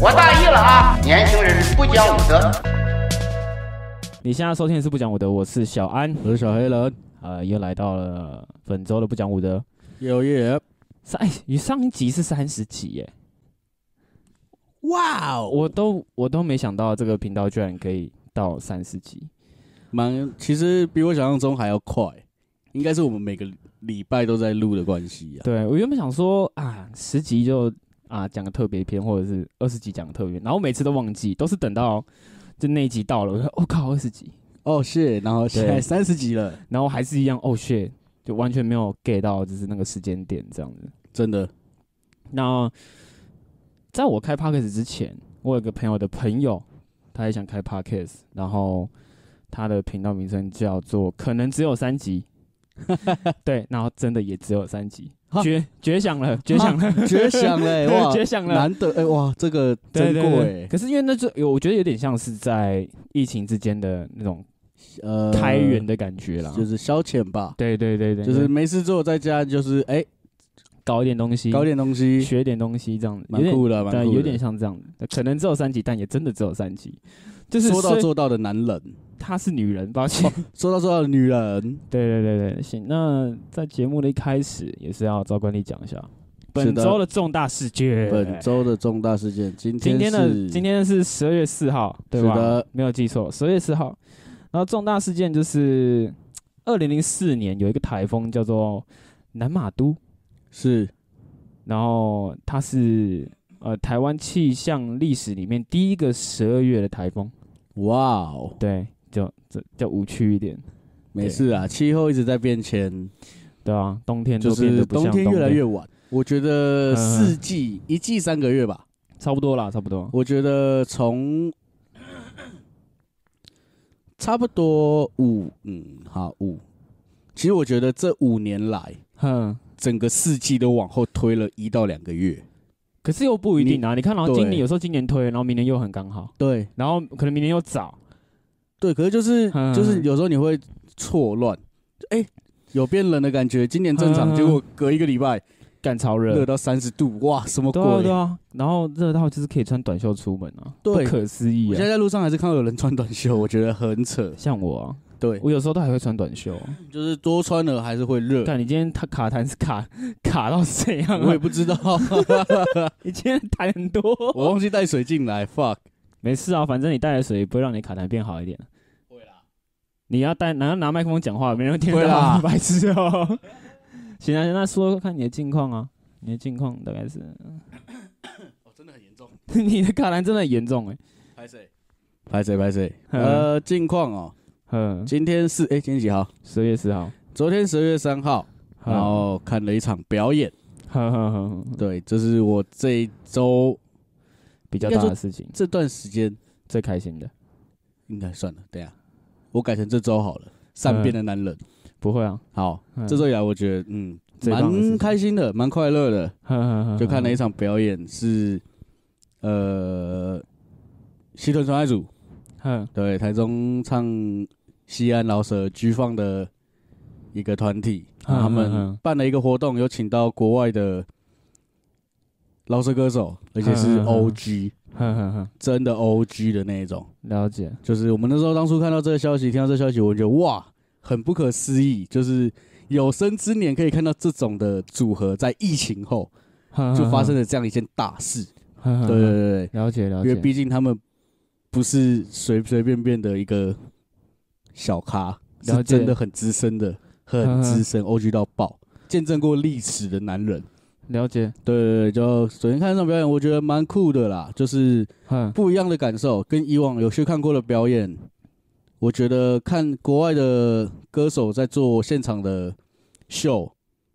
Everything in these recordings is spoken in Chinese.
我大意了啊！年轻人不讲武德。你现在收听的是不讲武德，我是小安，我是小黑人，呃，又来到了本周的不讲武德。有耶！上哎，你上一集是三十集耶，哇哦，我都我都没想到这个频道居然可以到三十集。蛮其实比我想象中还要快，应该是我们每个礼拜都在录的关系啊。对我原本想说啊，十集就啊讲个特别篇，或者是二十集讲个特别篇，然后每次都忘记，都是等到就那一集到了，我说我、靠二十集，哦，是，然后现在对三十集了，然后还是一样哦 shit，就完全没有 get 到就是那个时间点这样子。真的，那在我开 podcast 之前，我有个朋友的朋友，他也想开 podcast，然后他的频道名称叫做“可能只有三集”， 对，然后真的也只有三集，哈绝绝响了，绝响了， 绝响嘞！哇，绝响了。难哎得哎，哇，这个对对珍贵对，，可是因为那就有，我觉得有点像是在疫情之间的那种呃，开源的感觉啦。嗯就是消遣吧，对对对对，就是没事做，在家就是哎搞一点东西，搞点东西，学点东西这样子，有蛮点酷的，啊蛮对，酷的，有点像这样的，可能只有三集，但也真的只有三集。就是说到哦虽做到的男人，她是女人，抱歉。说到做到的女人， 对对对对，行。那在节目的一开始，也是要照惯例讲一下是本的周的重大事件。本周的重大事件，今今天的是今天是十二月四号，对吧？是的没有记错，十二月四号。然后重大事件就是二零零四年有一个台风叫做南马都，是然后它是呃台湾气象历史里面第一个十二月的台风。哇哦，对，就这就无趣一点，没事啊，气候一直在变迁，对啊，冬天就都变是得不像冬天越来越晚。嗯我觉得四季、一季三个月吧，差不多啦，差不多。我觉得从差不多五嗯好五，其实我觉得这五年来哼，整个四季都往后推了一到两个月。可是又不一定啊。你看，然后今对年有时候今年推，然后明年又很刚好，对然后可能明年又早。对，可是就是嗯就是有时候你会错乱，哎、有变冷的感觉，今年正嗯常，结果隔一个礼拜干超热热，到三十度，哇，什么鬼对？啊对啊，然后热到就是可以穿短袖出门啊，对不可思议我现在啊。在路上还是看到有人穿短袖，我觉得很扯。像我、啊，对，我有时候都还会穿短袖、啊。就是多穿了还是会热，看你今天他卡痰是卡 卡到怎样、 我也啊？不知道，你今天痰很多。我忘记带水进来，fuck。没事啊，反正你带的水不会让你卡痰变好一点。会啦，你要带，拿拿麦克风讲话，没人听得会到，啦 白痴哦、行啊，行那说说看你的近况啊，你的近况大概是， 哦，真的很严重，你的卡痰真的很严重哎、拍谁？拍谁？拍谁？嗯呃，近况哦，嗯，今天是哎、今天几号？十月四号，昨天十二月三号，然后看了一场表演。呵呵呵呵，对，这是我这一周比较应该大说的事情，这段时间最开心的，应该算了，对啊，我改成这周好了。善变的男人，不会啊，好，嗯这周以来我觉得嗯，最棒的事情蛮开心的，蛮快乐的。呵呵呵呵就看了一场表演是，呃，西屯传爱组呵对台中唱西安老舍居放的一个团体，嗯然后他嗯嗯们办了一个活动，有请到国外的老舍歌手，而且是嗯嗯嗯 OG，呵呵呵，真的 OG 的那一种。了解，就是我们那时候当初看到这个消息，听到这个消息，我觉得哇，很不可思议，就是有生之年可以看到这种的组合在疫情后就发生了，了这样一件大事。呵呵呵对对对对，嗯了解了因为解，毕竟他们不是随随便便的一个小咖，了是解嗯真的很资深的，很资深，OG 到爆，见证过历史的男人。了解，对对对，就首先看这场表演，我觉得蛮酷的啦，就是哼不一样的感受，跟以往有些看过的表演，我觉得看国外的歌手在做现场的秀，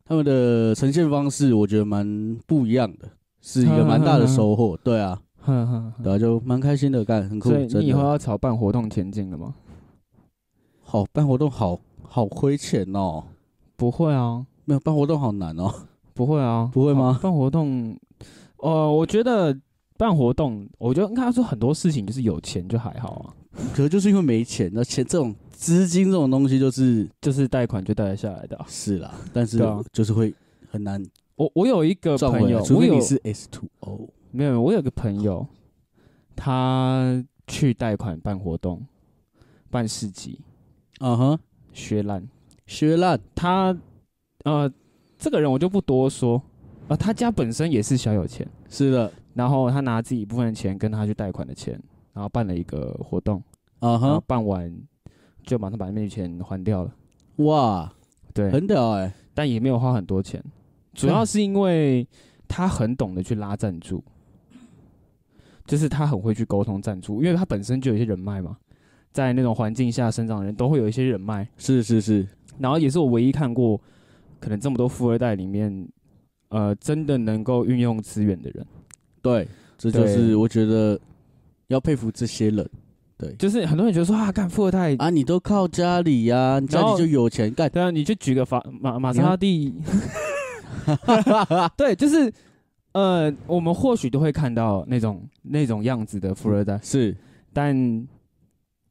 他们的呈现方式，我觉得蛮不一样的，是一个蛮大嗯的收获。对啊，呵呵呵，对啊，就蛮开心的，干很酷。所以真你以后的要朝办活动前进了吗？好办活动好，好亏钱哦。不会啊，没有办活动好难哦。不会啊，不会吗办活动，呃，我觉得办活动，我觉得应该说很多事情就是有钱就还好啊，可能就是因为没钱，那钱这种资金这种东西就是就是贷款就贷得下来的啊、是啦，但是对啊就是会很难我我有一个赚回朋来，友，除我非有你是 S to O。没有，我有个朋友，他去贷款办活动，办市集，啊哈，削烂削烂他，呃，这个人我就不多说，啊、他家本身也是小有钱，是的，然后他拿自己一部分的钱跟他去贷款的钱，然后办了一个活动，啊然后哈，办完就马上把那笔钱还掉了，哇，对，很屌哎，但也没有花很多钱，主要是因为他很懂得去拉赞助，就是他很会去沟通赞助，因为他本身就有一些人脉嘛，在那种环境下生长的人都会有一些人脉，是是是，然后也是我唯一看过，可能这么多富二代里面，呃，真的能够运用资源的人，对，这就对是我觉得要佩服这些人就是很多人觉得说啊，干富二代，啊，你都靠家里呀、你家然里后就有钱干， 对啊，你就举个法玛玛莎拉蒂， 对，就是呃，我们或许都会看到那种那种样子的富二代，是但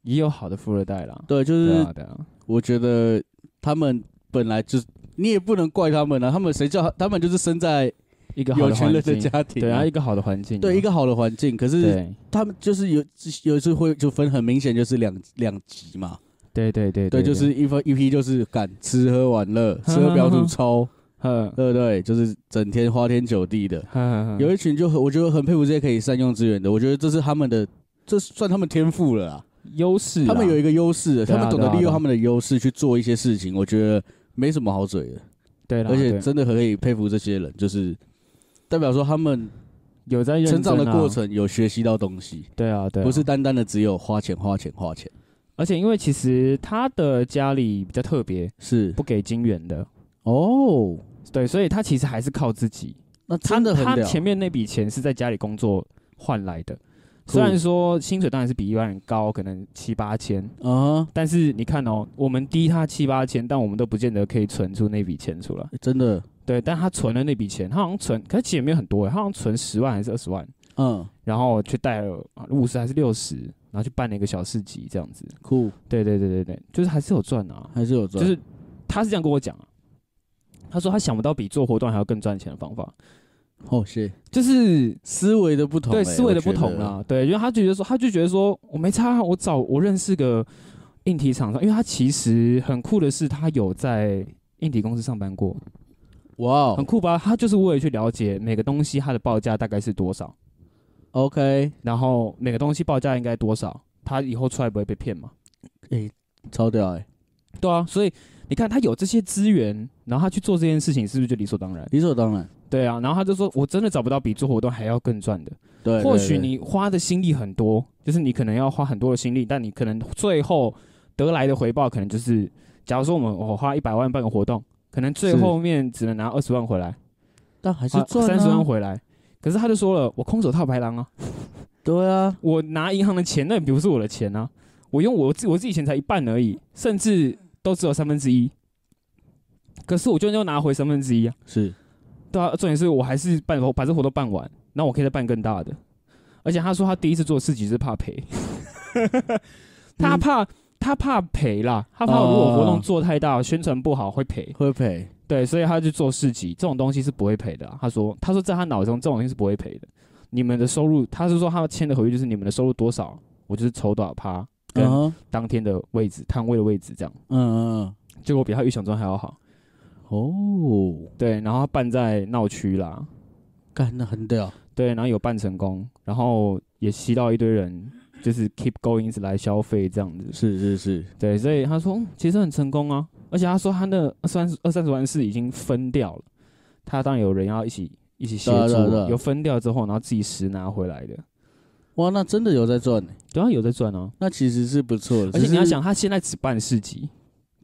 也有好的富二代啦。对，就对是啊，对啊，我觉得他们本来就是，你也不能怪他们啊，他们谁叫他他们就是生在一个好有的钱环人的境，家庭、对啊，一个好的环境啊，对一个好的环境，可是对他们就是有有一次会就分很明显就是两两极嘛，对对对对，就是一分一批就是敢吃喝玩 乐，吃喝嫖赌抽，嗯，呵对不对？就是整天花天酒地的，呵有一群就很我觉得很佩服这些可以善用资源的，我觉得这是他们的，这算他们天赋了啦。优势啦，他们有一个优势的，啊对他啊们懂得对啊利对用啊他们的优势去做一些事情，我觉得没什么好嘴的，对啦，而且对啊真的可以佩服这些人，就是代表说他们有在认成长的真啊过，程有学习到东西，对啊，对啊，不是单单的只有花钱花钱花钱，而且因为其实他的家里比较特别，是不给金元的，哦，对，所以他其实还是靠自己。那真的很他屌，前面那笔钱是在家里工作换来的， Cool 虽然说薪水当然是比一般人高，可能七八千，啊，但是你看哦，我们低他七八千，但我们都不见得可以存出那笔钱出来。欸真的，对，但他存了那笔钱，他好像存，可是其实也没有很多耶，他好像存十万还是二十万，嗯，然后去贷了五十还是六十，然后去办了一个小市集这样子。酷，对对对对对，就是还是有赚啊，还是有就赚，是他是这样跟我讲啊，他说他想不到比做活动还要更赚钱的方法，哦，是就是思维的不同欸，对思维的不我同啊觉得，啦，对，因为他就觉得说，他就觉得说我没差啊，我找我认识个硬体厂商，因为他其实很酷的是，他有在硬体公司上班过，哇哦很酷吧？他就是为了去了解每个东西它的报价大概是多少， ，OK，然后每个东西报价应该多少，他以后出来不会被骗嘛？超屌哎，对啊，所以你看他有这些资源，然后他去做这件事情，是不是就理所当然？理所当然，对啊，然后他就说，我真的找不到比做活动还要更赚的。对，或对许对你花的心力很多，就是你可能要花很多的心力，但你可能最后得来的回报可能就是，假如说我们我花一百万办个活动，可能最是后面只能拿二十万回来，但还是花赚三十啊万回来。可是他就说了，我空手套白狼啊，对啊，我拿银行的钱，那也不是我的钱啊，我用我自我自己钱才一半而已，甚至都只有三分之一。可是我就又拿回三分之一啊，是对啊，重点是我还是办把这活动办完，那我可以再办更大的。而且他说他第一次做市集是怕赔， 他怕、他怕赔啦，嗯他怕如果活动做太大，宣传不好会赔。会赔，对，所以他就做市集，这种东西是不会赔的啊。他说，他说在他脑中这种东西是不会赔的。你们的收入，他是说他签的合约就是你们的收入多少，我就是筹多少趴，跟嗯哼当天的位置、摊位的位置这样。嗯嗯结果比他预想中还要好。嗯，哦，对，然后他办在闹区啦，干的很屌，对，然后有办成功，然后也吸到一堆人，就是 keep going 一直来消费这样子。是是是，对，所以他说、嗯其实很成功啊，而且他说他那二三十二三十万是已经分掉了，他当然有人要一起一起协对啊助对啊对啊，有分掉之后，然后自己实拿回来的，哇，那真的有在赚欸，对啊，有在赚啊。那其实是不错的，而只且你要是，想，他现在只办市集，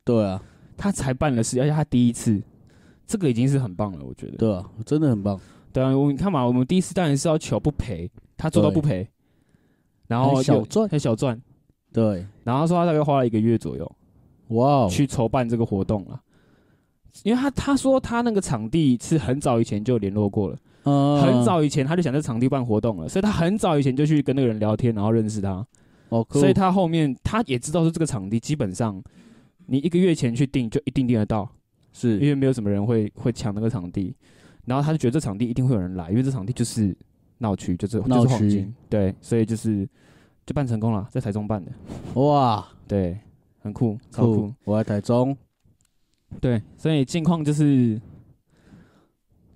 对啊他才办了市集，而且他第一次，这个已经是很棒了，我觉得。对啊，真的很棒，对啊，我们看嘛，我们第一次当然是要求不赔，他做到不赔，然后还小有赚还小赚，对，然后他说他大概花了一个月左右哇哦，去筹办这个活动了，因为他他说他那个场地是很早以前就联络过了，嗯很，早以前他就想在场地办活动了，所以他很早以前就去跟那个人聊天，然后认识他，哦，所以他他后面他也知道说这个场地基本上你一个月前去订就一定订得到，因是为没有什么人会会抢那个场地，然后他就觉得这场地一定会有人来，因为这场地就是闹区，就是闹就是区黄金，对，所以就是就办成功了，在台中办的，哇，对，很酷，超酷，酷！我在台中，对，所以近况就是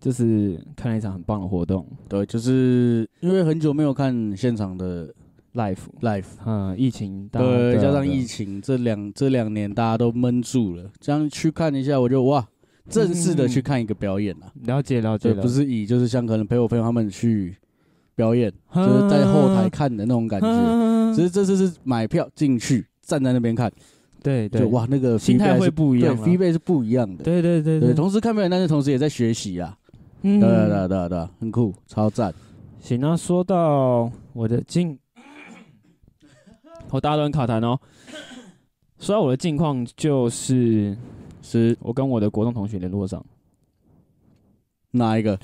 就是看了一场很棒的活动对，就是因为很久没有看现场的，life， live，嗯，疫情大，对，啊加对上啊疫情这两这两年大家都闷住了，这样去看一下，我就哇，正式的去看一个表演啊，了解了解嗯对，了，不是以就是像可能陪我朋友他们去表演，嗯就是在后台看的那种感觉，嗯只是这次是买票进去站在那边看，对对就，哇那个心态 feedback 会是不一样对啊， ，feedback 是不一样的，对对对对，同时看表演，但是同时也在学习啊，嗯对对对对对，很酷，超赞，行，那说到我的近，我大家都很卡痰哦。说到我的近况，就是是我跟我的国中同学联络上，哪一个？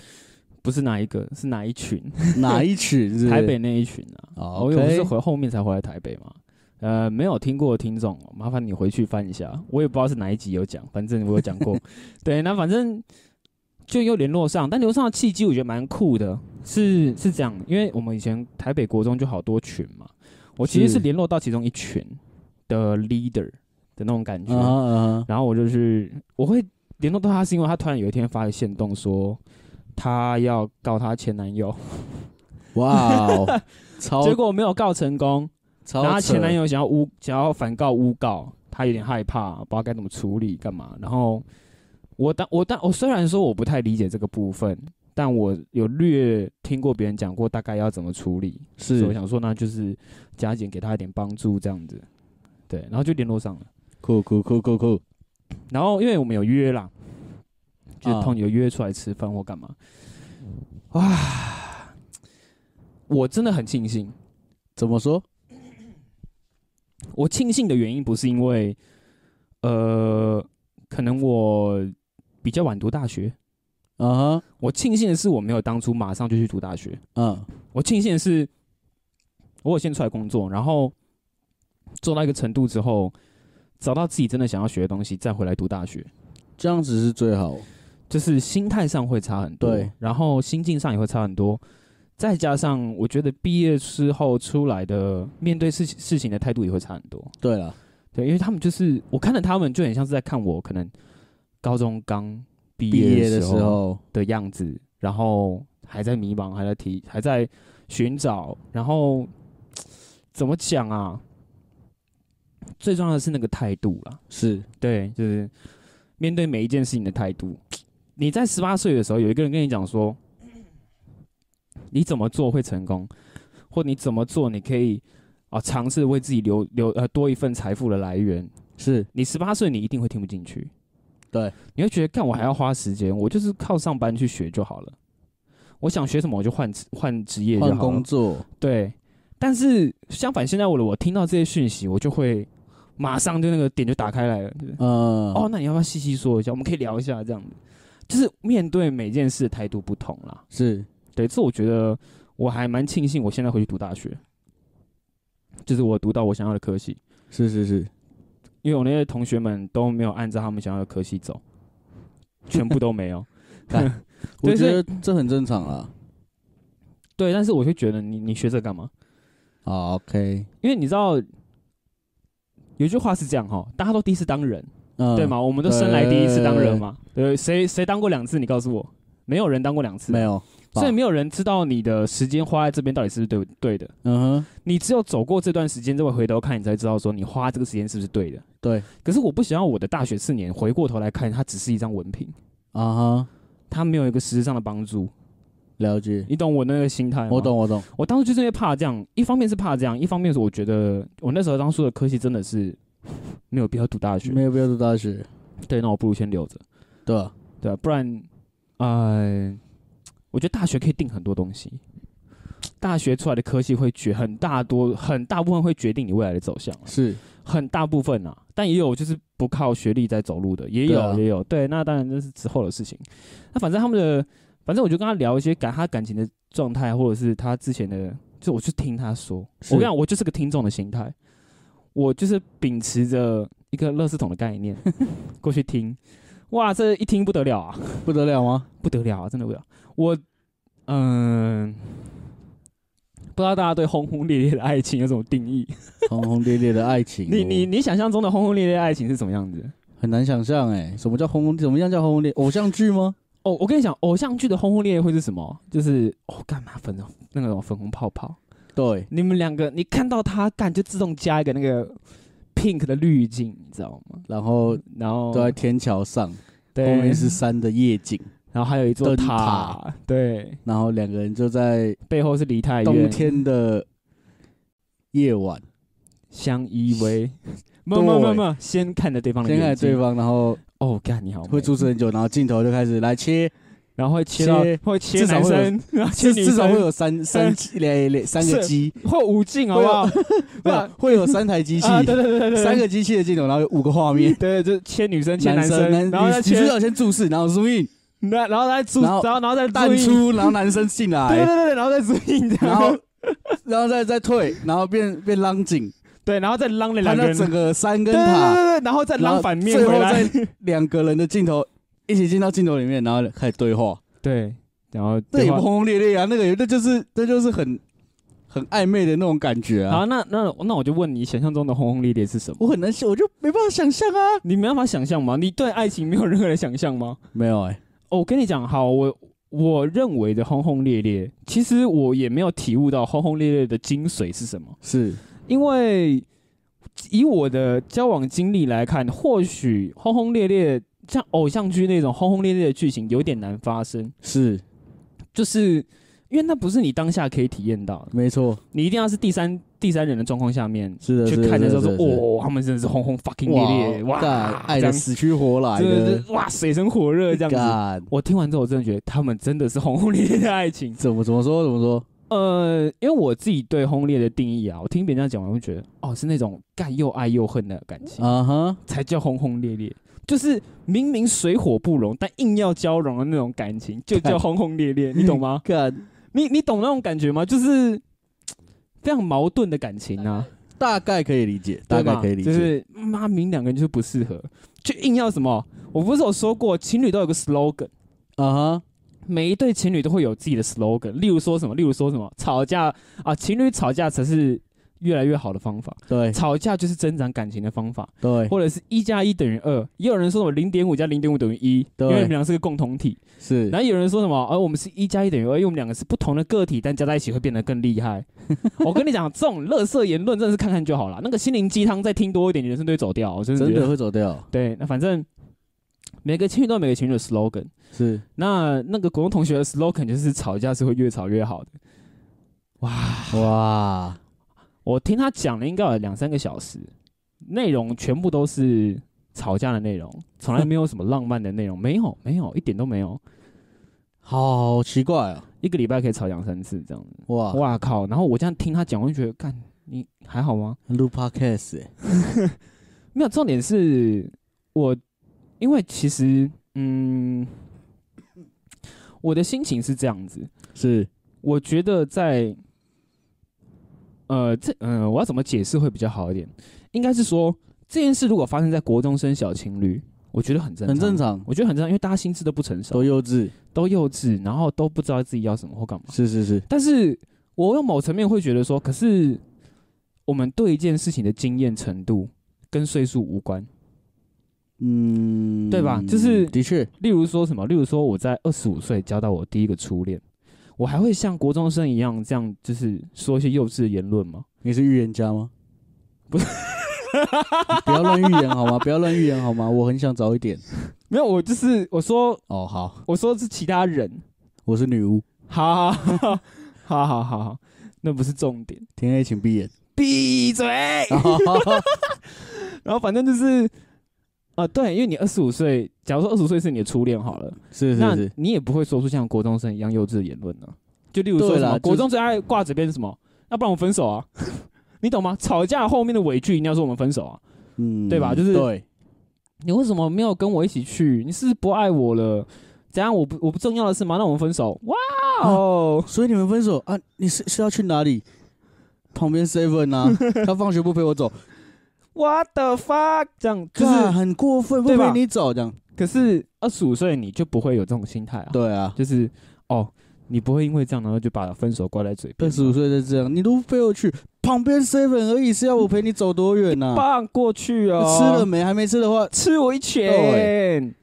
不是哪一个，是哪一群，哪一曲？是台北那一群啊。哦我有不是，OK，回后面才回来台北嘛。呃，没有听过的听众，麻烦你回去翻一下，我也不知道是哪一集有讲，反正我有讲 过。对，那反正就又联络上，但联络上的契机我觉得蛮酷的，是是这样，因为我们以前台北国中就好多群嘛，我其实是是联络到其中一群的 leader 的那种感觉，啊哈啊哈，然后我就是我会联络到他，是因为他突然有一天发了线动说他要告他前男友，哇哦，超结果没有告成功，超然后她前男友友想要诬，想要反告诬告，她有点害怕，不知道该怎么处理干嘛。然后我当我当我虽然说我不太理解这个部分，但我有略听过别人讲过大概要怎么处理，所以我是想说那就是加减给她一点帮助这样子。对，然后就联络上了。酷酷酷酷酷，然后因为我们有约啦，就是啊朋友约出来吃饭或干嘛。哇，我真的很庆幸，怎么说？我庆幸的原因不是因为，呃，可能我比较晚读大学。啊哈，我庆幸的是我没有当初马上就去读大学。嗯，我庆幸的是，我有先出来工作，然后做到一个程度之后，找到自己真的想要学的东西，再回来读大学，这样子是最好，就是心态上会差很多对，然后心境上也会差很多。再加上，我觉得毕业之后出来的面对事情事情的态度也会差很多。对了，对，因为他们就是我看着他们就很像是在看我可能高中刚毕毕业业的的时时候候，的样子，然后还在迷茫，还在提，还在寻找，然后怎么讲啊？最重要的是那个态度啦，是对，就是面对每一件事情的态度。你在十八岁的时候，有一个人跟你讲说，你怎么做会成功，或你怎么做你可以啊尝试为自己留留呃多一份财富的来源。是，你十八岁，你一定会听不进去，对，你会觉得干我还要花时间，我就是靠上班去学就好了。我想学什么我就换职换职业就好换了，工作，对，但是相反，现在我的我听到这些讯息，我就会马上就那个点就打开来了，就是嗯，哦，，那你要不要细细说一下？我们可以聊一下这样子，就是面对每件事的态度不同啦。是对，这我觉得我还蛮庆幸，我现在回去读大学，就是我读到我想要的科系，是是是，因为我那些同学们都没有按照他们想要的科系走，全部都没有。 看，我对所觉以得这很正常啊。对，但是我就觉得你你学这干嘛？好，OK，哦因为你知道有一句话是这样哈，大家都第一次当人，嗯，对？吗？我们都生来第一次当人对嘛，对，谁谁当过两次？你告诉我，没有人当过两次，没，有，所以吧没有人知道你的时间花在这边到底是不是对不对的。嗯哼，你只有走过这段时间，再回头看，你才知道说你花这个时间是不是对的。对，可是我不想要我的大学四年回过头来看，它只是一张文凭，啊哈，它没有一个实质上的帮助。了解，你懂我那个心态吗？我。懂我懂，我当初就是因为怕这样，一方面是怕这样，一方面是我觉得我那时候当初的科系真的是 没有必要读大学。没有必要读大学，对，那我不如先留着，对吧？对啊、不然，呃，我觉得大学可以定很多东西。大学出来的科系会决很大多很大部分会决定你未来的走向啊、是，很大部分啊，但也有就是不靠学历在走路的，也对有、啊也有，对，那当然这是之后的事情。那反正他们的，反正我就跟他聊一些感他感情的状态，或者是他之前的，就我去听他说，是我跟你讲，我就是个听众的心态，我就是秉持着一个垃圾桶的概 念过去听，哇，这一听不得了啊， 不得了吗？不得了啊，真的不得了，我嗯、不知道大家对轰轰烈烈的爱情有什么定义？轰轰烈烈的爱情，你你我你想象中的轰轰烈烈的爱情是什么样子？很难想象哎，什么叫轰轰？怎么样叫轰轰烈？偶像剧吗？哦，我跟你讲，偶像剧的轰轰烈烈会是什么？就是哦，干嘛粉红那种粉红泡泡？对，你们两个，你看到他干就自动加一个那个 pink 的滤镜，你知道吗？然后然后都在天桥上，后嗯对，面是山的夜景，然后还有一座灯塔塔，对，然后两个人就在背后是梨泰院，冬天的夜晚，相依偎。没有没有没有没有，先看着对方的先眼看睛。对方，然后哦，干你好美，会主持很久，然后镜头就开始来切，然后会切到切会切至少男会有生，然后切至女生，至少会有 三三两两三个是机，会有五镜好不好？不啊会有三台机器，啊对对对对对，三个机器的镜头，然后有五个画面。 对，就切女生切男生，男然后女再女主切，角先注视，然后 zoom in，那然后再注，然后然后然后再淡注意，出，然后男生进对啊对来，对对，然后再注意，然后然后再再退，然后变变浪景， 对，然后再浪那两看个到人，整个山跟对对对塔，对，对然后再然后浪反面最回后来，再两个人的镜头一起进到镜头里面，然后开始对话， 对，然后那对也不话轰轰烈烈啊，那个也那就是那就是很很暧昧的那种感觉啊好，，那那那我就问你，想象中的轰轰烈烈是什么？我很难想，我就没办法想象啊，你没办法想象吗？你对爱情没有任何的想象吗？没有哎，哦，我跟你讲，好，我我认为的轰轰烈烈，其实我也没有体悟到轰轰烈烈的精髓是什么，是因为以我的交往经历来看，或许轰轰烈烈像偶像剧那种轰轰烈烈的剧情有点难发生，是就是因为那不是你当下可以体验到的，没错，你一定要是第三第三人的状况下面。是的，去是的看的时候说，是的是的哇，他们真的是轰轰 fucking 烈烈，哇，干爱这样的死去活来真的的，是哇，水深火热这样子。干我听完之后，我真的觉得他们真的是轰轰烈烈的爱 情。怎么怎么说怎么说？呃，因为我自己对轰烈的定义啊，我听别人这样讲完，我会觉得哦，是那种干又爱又恨的感情，啊哈，才叫轰轰烈烈。就是明明水火不容，但硬要交融的那种感情，就叫干轰轰烈烈，你嗯懂吗？干你你懂那种感觉吗？就是嘖非常矛盾的感情啊，大概可以理解，大对概吧可以理就解。是妈明两个人就是不适合，就硬要什么？我不是有说过，情侣都有个 slogan。啊哈，每一对情侣都会有自己的 slogan，例如说什么，例如说什么，吵架啊，情侣吵架才是越来越好的方法，对吵架就是增长感情的方法，对，或者是一加一等于二，也有人说什么零点五加零点五等于一，因对为你们俩是个共同体，是然后有人说什么，而、啊我们是一加一等于二，因为我们两个是不同的个体，但加在一起会变得更厉 害。我跟你讲，这种乐色言论真的是看看就好了，那个心灵鸡汤再听多一点，你人生都会走掉，我真的真觉得的会走掉，对，那反正每个情侣都有每个情侣的 slogan。 是那那个国中同学的 slogan 就是吵架是会越吵越好的。哇，哇，我听他讲了应该有两三个小时，内容全部都是吵架的内容，从来没有什么浪漫的内容，没有，没有，一点都没有。好奇怪啊，一个礼拜可以吵两三次这样子，哇，哇靠！然后我这样听他讲，我就觉得，干你还好吗？录 podcast 哎，没有，重点是我，因为其实，嗯，我的心情是这样子，是我觉得在，呃，这嗯、我要怎么解释会比较好一点？应该是说这件事如果发生在国中生小情侣，我觉得很正常，很正，常，我觉得很正常，因为大家心智都不成熟，多幼稚，都幼稚，然后都不知道自己要什么或干嘛。是是是，但是我有某层面会觉得说，可是我们对一件事情的经验程度跟岁数无关。嗯，对吧就是的确，例如说什么？例如说我在二十五岁交到我第一个初恋，我还会像国中生一样这样，就是说一些幼稚的言论吗？你是预言家吗？ 不是，不要乱预言好吗？不要乱预言好吗？我很想早一点。没有，我就是我说哦，好，我说是其他人，我是女巫， 好好好好好好好，那不是重点，天黑请闭 眼。闭嘴。啊哦然后反正就是，啊、对，因为你二十五岁，假如说二十岁是你的初恋好了，是是那是，你也不会说出像国中生一样幼稚的言论呢、就例如说对什啦么，就是国中最爱挂嘴边是什么，要不然我分手啊， 你懂吗？吵架后面的尾句一定要说我们分手啊，嗯，对吧就是对，你为什么没有跟我一起去？你是不是不爱我了？怎样？我不我不重要的是吗？那我们分手？哇哦！所以你们分手啊？你是是要去哪里？旁边 seven 啊，他放学不陪我走， What the fuck？这样就就是是，很过分，不对吧陪你走这样。可是二十五岁你就不会有这种心态啊。，对啊，就是哦，你不会因为这样然后就把分手挂在嘴边二吧。十五岁再这样，你都飞我去旁边 seven 而已，是要我陪你走多 远呐、啊？棒过去哦，吃了没？还没吃的话，吃我一拳。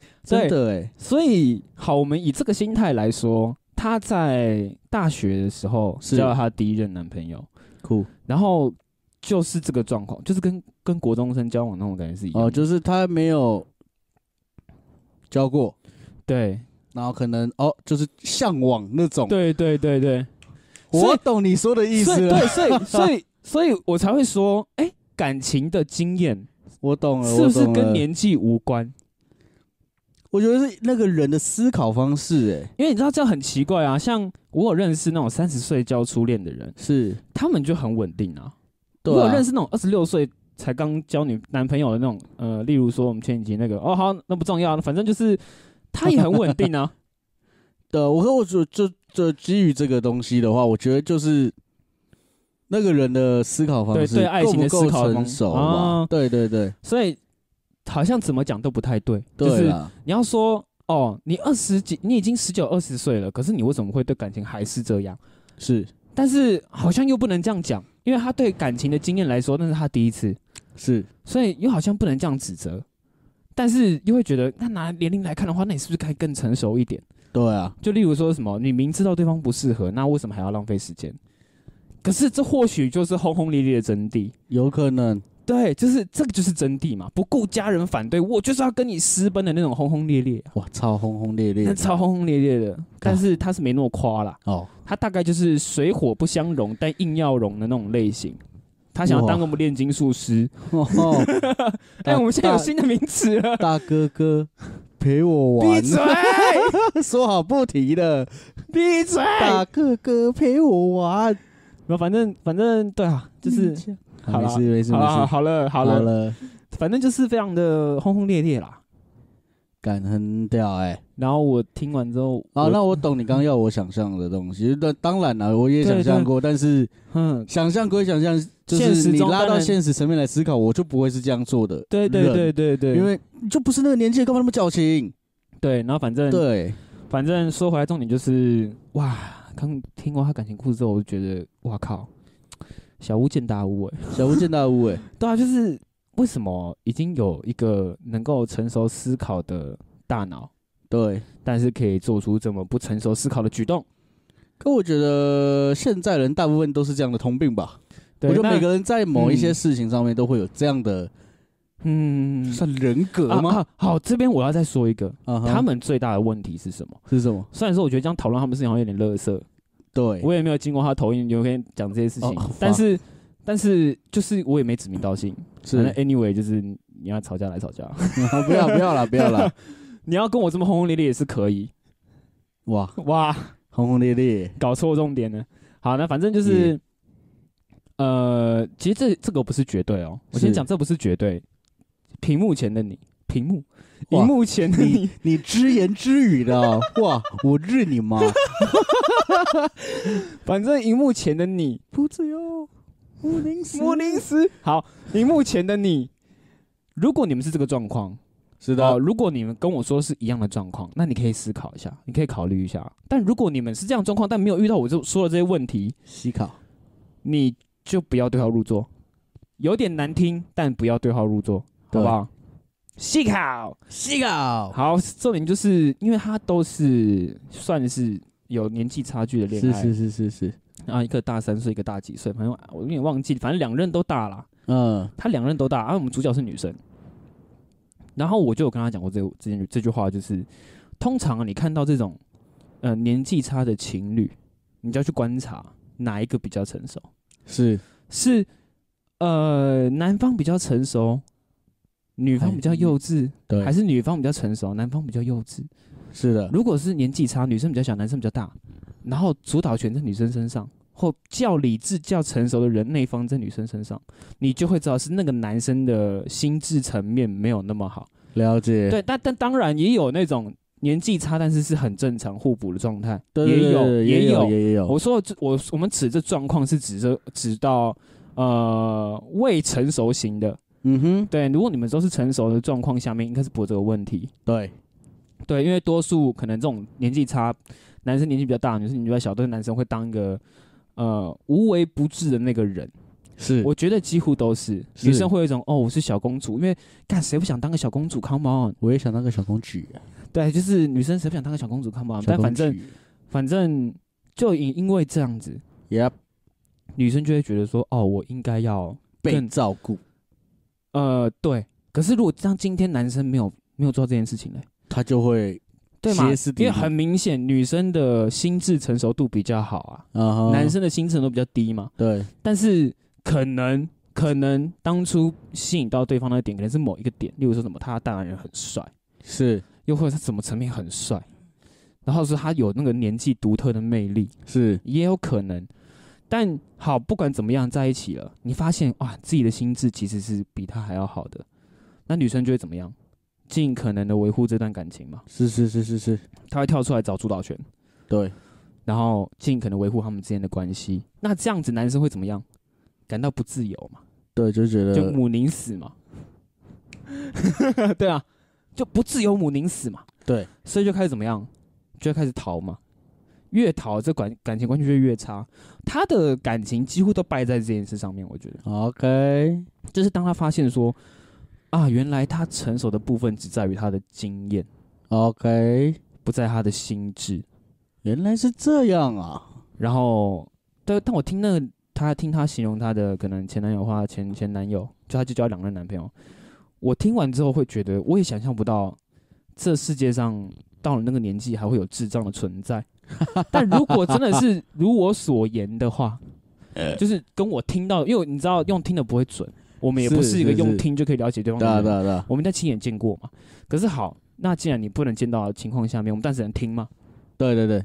对，真的哎，所以好，我们以这个心态来说，她在大学的时候是交了她第一任男朋友，酷然后就是这个状况，就是跟跟国中生交往那种感觉是一样的。哦，就是他没有教过，对，然后可能哦，就是向往那种。对对对对，所我以懂你说的意所思以了，对，所 以所以所以我才会说，哎、感情的经验我懂了，是不我是懂跟了？年纪无关？我觉得是那个人的思考方式，哎，因为你知道这样很奇怪啊，像我有认识那种三十岁交初恋的人，是，他们就很稳定啊。对我有啊认识那种二十六岁才刚交女男朋友的那种，呃，例如说我们前几集那个，哦好，那不重要，反正就是他也很稳定 啊。对，我和我就就就基于这个东西的话，我觉得就是那个人的思考方对式对爱情的够不思考够方成熟啊嘛？对对对，所以好像怎么讲都不太对，就对是啦，你要说哦，你二十几，你已经十九二十岁了，可是你为什么会对感情还是这样？是但是好像又不能这样讲，因为他对感情的经验来说，那是他第一次，是所以又好像不能这样指责。但是又会觉得，那拿年龄来看的话，那你是不是该更成熟一点？对啊，就例如说什么，你明知道对方不适合，那为什么还要浪费时间？可是这或许就是轰轰烈烈的真谛。有可能对，就是这个就是真谛嘛，不顾家人反对，我就是要跟你私奔的那种轰轰烈烈，哇，超轰轰烈那烈超轰轰烈烈的。但是他是没那么夸啦，哦，他大概就是水火不相容，但硬要融的那种类型。他想要当我们炼金术师。哦哎、我们现在有大新的名词了，大哥哥陪我闭玩，嘴，说好不提的，闭嘴。大哥哥陪我玩，然后反正反正对啊，就是好嗯好没啦事没事好没了事，好了好了，了，反正就是非常的轰轰烈烈啦。感很屌哎。然后我听完之后，好，我啊那我懂你刚要我想象的东西。 那当然了，我也想象过，但是嗯，想象归想象，就现是实你中拉当到然现实层面来思考，我就不会是这样做的。对对对，对对，因为你就不是那个年纪，干嘛那么矫情？对，然后反正对，反正说回来，重点就是哇，刚听完他感情故事之后，我就觉得哇靠，小巫见大巫哎、小巫见大巫哎，对啊，就是为什么已经有一个能够成熟思考的大脑，对。但是可以做出这么不成熟思考的举动？可我觉得现在人大部分都是这样的通病吧。对我觉得那每个人在某一些嗯事情上面都会有这样的嗯。算人格啊吗？啊好，这边我要再说一个，啊哈他们最大的问题是什么？是什么？虽然说我觉得这样讨论他们事情好像有点乐色，对，我也没有经过他同意，有跟你讲这些事情，哎哦但是但是就是我也没指名道姓，是反正 anyway 就是你要吵架来吵架， 不要不要啦，不要啦！你要跟我这么轰轰烈烈也是可以，哇，哇，轰轰烈烈， 搞错重点了。好，那反正就是。呃，其实这这个不是绝对哦，我先是讲，这不是绝对。屏幕前的你，屏幕，哇荧幕前的你， 你只言只语的哦，哇，我日你妈！反正荧幕前的你，不哦只有五零莫林斯。好，荧幕前的你，如果你们是这个状况，是啊哦，的，如果你们跟我说是一样的状况，那你可以思考一下，你可以考虑一下。但如果你们是这样的状况，但没有遇到我这说的这些问题，西考你就不要对号入座。有点难听，但不要对号入座，好对不好？细考西考，好，重点就是因为他都是算是有年纪差距的恋是爱，是是是是，啊，一个大三岁，一个大几岁，反正我有点忘记，反正两任都大啦。嗯，他两任都大，而、啊我们主角是女生。然后我就有跟他讲过这这件这句话，就是通常、啊、你看到这种呃年纪差的情侣，你就要去观察哪一个比较成熟，是是呃男方比较成熟，女方比哎较幼稚，对还，是女方比较成熟，男方比较幼稚？是的，如果是年纪差，女生比较小，男生比较大，然后主导权在女生身上，或较理智、较成熟的人那一方在女生身上，你就会知道是那个男生的心智层面没有那么好。了解，对，但但当然也有那种年纪差，但是是很正常互补的状态，对，对也对有对也也有。也有，我说的这我我们指这状况是指这指到呃未成熟型的。嗯哼，对，如果你们都是成熟的状况下面，应该是不会有这个问题。对，对，因为多数可能这种年纪差，男生年纪比较大，女生年纪比较小，但是男生会当一个呃无微不至的那个人。是我觉得几乎都是是女生会有一种哦，我是小公主，因为干谁不想当个小公主？Come on，我也想当个小公举啊，对，就是女生谁不想当个小公主？Come on，小但公反正举反正就因因为这样子，也要女生就会觉得说哦，我应该要被更照顾，呃对。可是如果像今天男生没有没有做到这件事情呢？他就会对嘛歇斯？底因里为很明显，女生的心智成熟度比较好啊，啊哈，男生的心智成熟度比较低嘛。对但是可能可能当初吸引到对方的点，可能是某一个点，例如说什么他大男人很帅，是又或者他什么层面很帅，然后是他有那个年纪独特的魅力，是也有可能。但好，不管怎么样，在一起了，你发现啊，自己的心智其实是比他还要好的，那女生就会怎么样？尽可能的维护这段感情嘛，是是是是是，她会跳出来找主导权，对，然后尽可能维护他们之间的关系。那这样子，男生会怎么样？感到不自由嘛？对，就觉就得母宁死嘛。 对啊，就不自由母宁死嘛。对，所以就开始怎么样，就开始逃嘛。越逃，这感感情关系就越差。他的感情几乎都败在这件事上面，我觉得。 OK，就是当他发现说，啊，原来他成熟的部分只在于他的经验， OK，不在他的心智。原来是这样啊！然后，但但我听那个他听他形容他的可能前男友或前前男友，就他就交两任男朋友，我听完之后会觉得，我也想象不到这世界上到了那个年纪还会有智障的存在。 但如果真的是如我所言的话，就是跟我听到，因为你知道用听的不会准，我们也不是是一个是用是听就可以了解对方的对啊人对啊对啊，我们在亲眼见过嘛。可是好，那既然你不能见到的情况下面，我们但只能听嘛。对对对，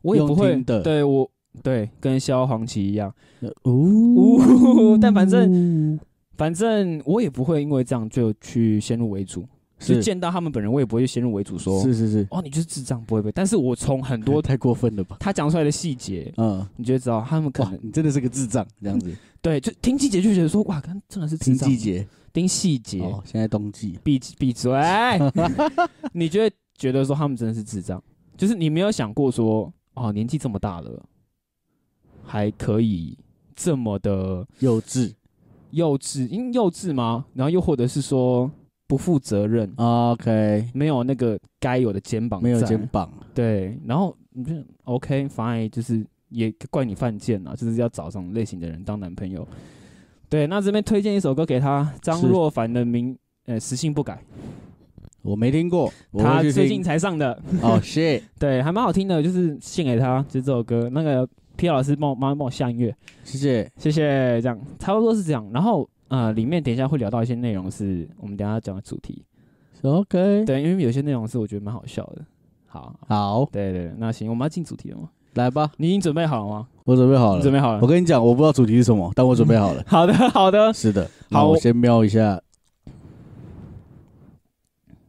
我也不用会听的呃对我对跟萧煌奇一样，呜呜但反正反正我也不会因为这样就去先入为主，就是见到他们本人，我也不会去先入为主说，是是是，哦，你就是智障，不会不会。但是我从很多多太过分了吧？他讲出来的细节，嗯，你就会知道他们可哇，能你真的是个智障，这 样子。对，就听细节就觉得说，哇，看真的是智听障季，节听细节，哦，现在冬季，闭闭 嘴，你就会觉得说他们真的是智障，就是你没有想过说，哦，年纪这么大了，还可以这么的幼稚幼稚，因幼稚吗？然后又或者是说不负责任， ，OK，没有那个该有的肩膀在，没有肩膀，对，然后你就 OK fine，就是也怪你犯贱了，就是要找这种类型的人当男朋友。对，那这边推荐一首歌给他，张是若凡的《名》呃，时性不改，我没听过，我他会去最听近才上的，哦 shit，对，还蛮好听的，就是献给他，就是这首歌。那个 P 老师帮我帮帮我下音乐，谢谢，谢谢，这样差不多是这样。然后呃，里面等一下会聊到一些内容是我们等一下讲的主题，是 OK，对，因为有些内容是我觉得蛮好笑的。好，好，对对，对那行，我们要进主题了吗？来吧，你已经准备好了吗？我准备好你准了。备好我了。。跟你讲，我不知道主题是什么，但我准备好了好的，好的。 是的，好那我我先瞄一下。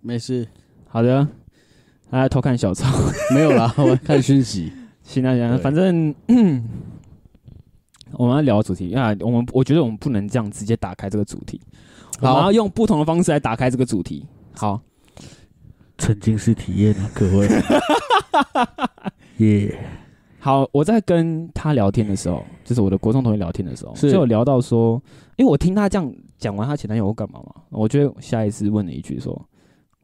没事，好的，大家偷看小抄。 没有啦，我看讯息。行啊，行啊，对反正 我们要聊主题啊。我们我觉得我们不能这样直接打开这个主题，我好们要用不同的方式来打开这个主题。好，曾经是体验啊，各 位。耶，好，我在跟他聊天的时候，就是我的国中同学聊天的时候，嗯是就有聊到说，因为我听他这样讲完他前男友会干嘛嘛，我就下意识问了一句说，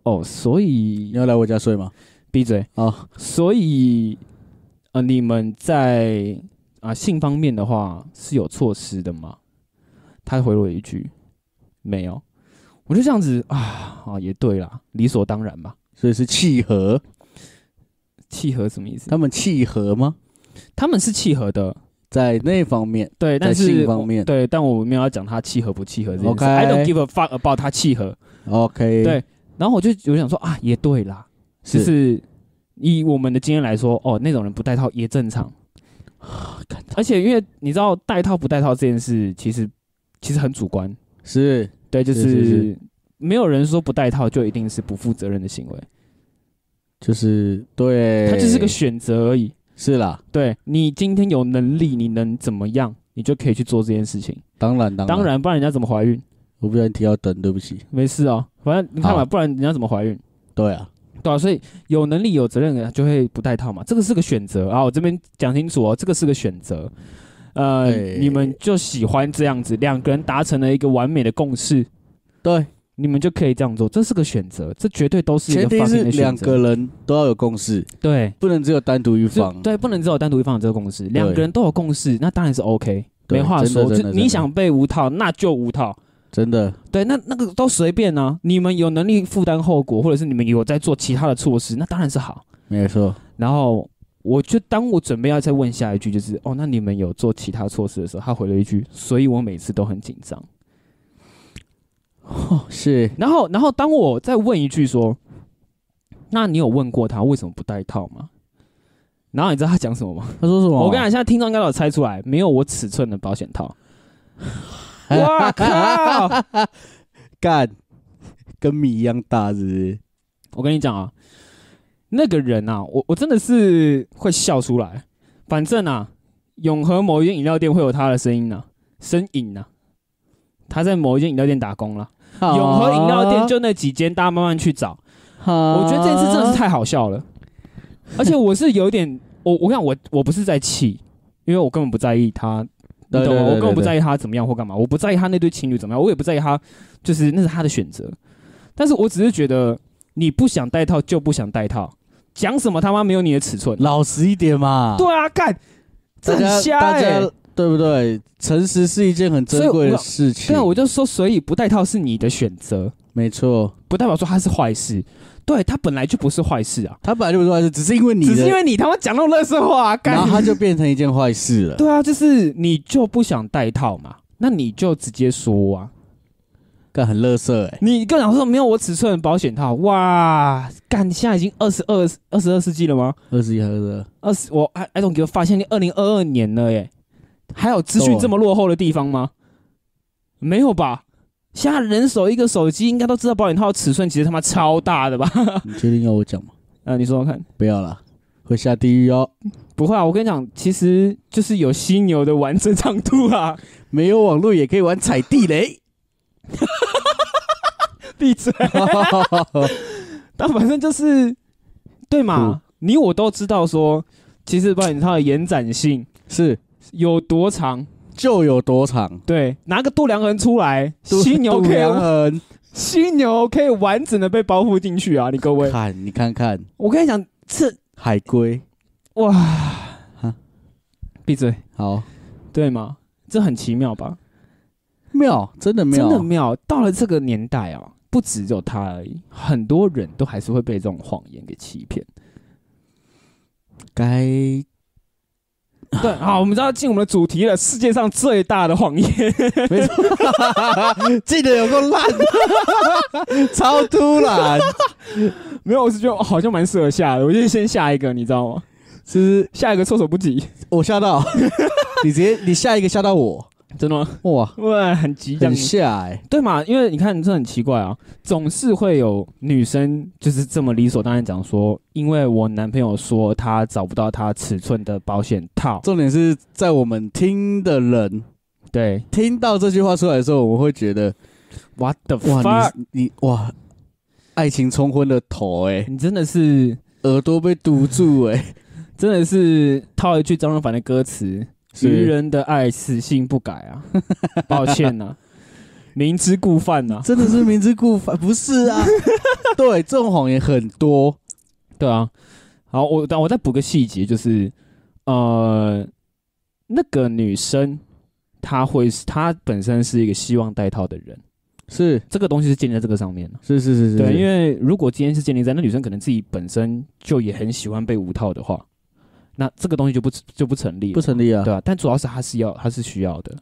哦，所你以要来我家睡吗？闭嘴，啊，所以呃，你们在啊、性方面的话是有措施的吗？他回了我一句，没有。我就这样子啊啊，也对啦，理所当然吧。所以是契合，契合什么意思？他们契合吗？他们是契合的，在那方面，对，在但是性方面对，但我没有要讲他契合不契合这件事。 OK I don't give a fuck about 他契合。 ，OK，对然后我就有想说啊，也对啦，就是是以我们的经验来说，哦，那种人不戴套也正 常。而且因为你知道戴套不戴套这件事，其实其实很主观，是对，就是是是没有人说不戴套就一定是不负责任的行为，就是对，它就是个选择而已。是啦，对你今天有能力，你能怎么样，你就可以去做这件事情。当然当然，当然，不然人家怎么怀孕？我不小心提到灯，对不起。没事哦，反正你看嘛，好不然人家怎么怀孕？对啊，对啊，所以有能力、有责任的人就会不戴套嘛，这个是个选择啊。我这边讲清楚哦，这个是个选择。呃，哎你们就喜欢这样子，两个人达成了一个完美的共识，对，你们就可以这样做，这是个选择，这绝对都是一个前提 fucking 是的选两择个人都要有共识，对，不能只有单独一就方。对，不能只有单独一方有这个共识，两个人都有共识，那当然是 OK，对没话真的说。就真的真你的想被无套，那就无套。真的，对，那那个都随便啊，你们有能力负担后果，或者是你们有在做其他的措施，那当然是好。没错，然后我就当我准备要再问下一句，就是哦，那你们有做其他措施的时候，他回了一句，所以我每次都很紧张。是然后，然后当我再问一句说，那你有问过他为什么不戴套吗？然后你知道他讲什么吗？他说什么？我跟你讲，现在听众应该都有猜出来，没有我尺寸的保险套。哇哇靠！干，跟米一样大，是不是？我跟你讲啊，那个人啊，我我真的是会笑出来。反正啊，永和某一间饮料店会有他的声音呢、身影呢、他在某一间饮料店打工了，啊哦永和饮料店就那几间，大家慢慢去找。好，我我觉得这次真的是太好笑了，而且我是有一点，我我跟你讲，我我不是在气，因为我根本不在意他，你对懂吗？对我对根本不对在意他怎么样或干嘛，我不在意他那对情侣怎么样，我也不在意他，就是那是他的选择。但是我只是觉得你不想戴套就不想戴套，讲什么他妈没有你的尺寸？老实一点嘛。对啊，干，这啊大家，很瞎大哎、家对不对？诚实是一件很珍贵的事情对啊，。我就说，所以不戴套是你的选择，没错，不代表说它是坏事。对，它本来就不是坏事啊，他本来就不是坏事，只是因为你只是因的，为你他妈讲那种垃圾话、啊，干然后他就变成一件坏事了。对啊，就是你就不想戴套嘛，那你就直接说啊。干很乐色哎，你跟我说没有我尺寸的保险套，哇，干，你现在已经二十二二十二世纪了吗？二十一还是二十二？二十，我 I I don't give a fuck，现在二零二二年了耶，还有资讯这么落后的地方吗？没有吧？现在人手一个手机，应该都知道保险套的尺寸其实他妈超大的吧？ 你确定要我讲吗？啊，你说说看，不要啦，会下地狱哦。不会啊，我跟你讲，其实就是有犀牛的完整长度啊，没有网络也可以玩踩地雷。闭嘴。 但反正就是，对嘛？嗯你我都知道说，其实保险套的延展性是有多长？就有多长？对，拿个度量衡出来，犀牛度可量以， 衡，犀牛可以完整的被包覆进去啊！你各位，看你看看我跟你讲，这海龟，哇，闭嘴，好对吗？这很奇妙吧？妙，真的真妙，的妙。到了这个年代啊，不只有他而已，很多人都还是会被这种谎言给欺 骗。该对，好，我们就要进我们的主题了。世界上最大的谎言。没错， 记得有够烂， 超突然，没有，我是觉得哦好像蛮适合下的，我就先下一个，你知道吗？是不是下一个措手不及，我吓到， 你直接你下一个吓到我，真的吗？哇，哇，很急这样很吓哎、对嘛？因为你看，这很奇怪啊，总是会有女生就是这么理所当然讲说，因为我男朋友说他找不到他尺寸的保险套，重点是在我们听的人对听到这句话出来的时候，我们会觉得，what the 哇 fuck？，你你哇，爱情冲昏了头哎、你真的是，耳朵被堵住哎、真的是套一句张若凡的歌词：“愚人的爱，死性不改啊！” 抱歉呐、明知故犯啊呐、真的是明知故犯，不是 啊？对，这种谎言很多，对啊，好，我但我再补个细节，就是呃，那个女生她会是她本身是一个希望戴套的人，是这个东西是建立在这个上面的。是是是是，对，因为为如果今天是建立在那女生可能自己本身就也很喜欢被无套的话，那这个东西就不就不成立了不成立啊。对啊，但主要是她是要她是需要的，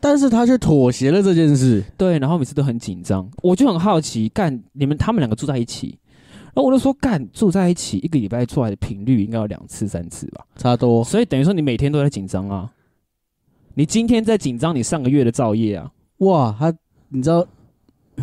但是他却妥协了这件事，对，然后每次都很紧张，我就很好奇，干你们他们两个住在一起，然后我就说干住在一起一个礼拜出来的频率应该有两次三次吧。差多哦所以等于说你每天都在紧张啊，你今天在紧张你上个月的造业啊，哇！他你知道，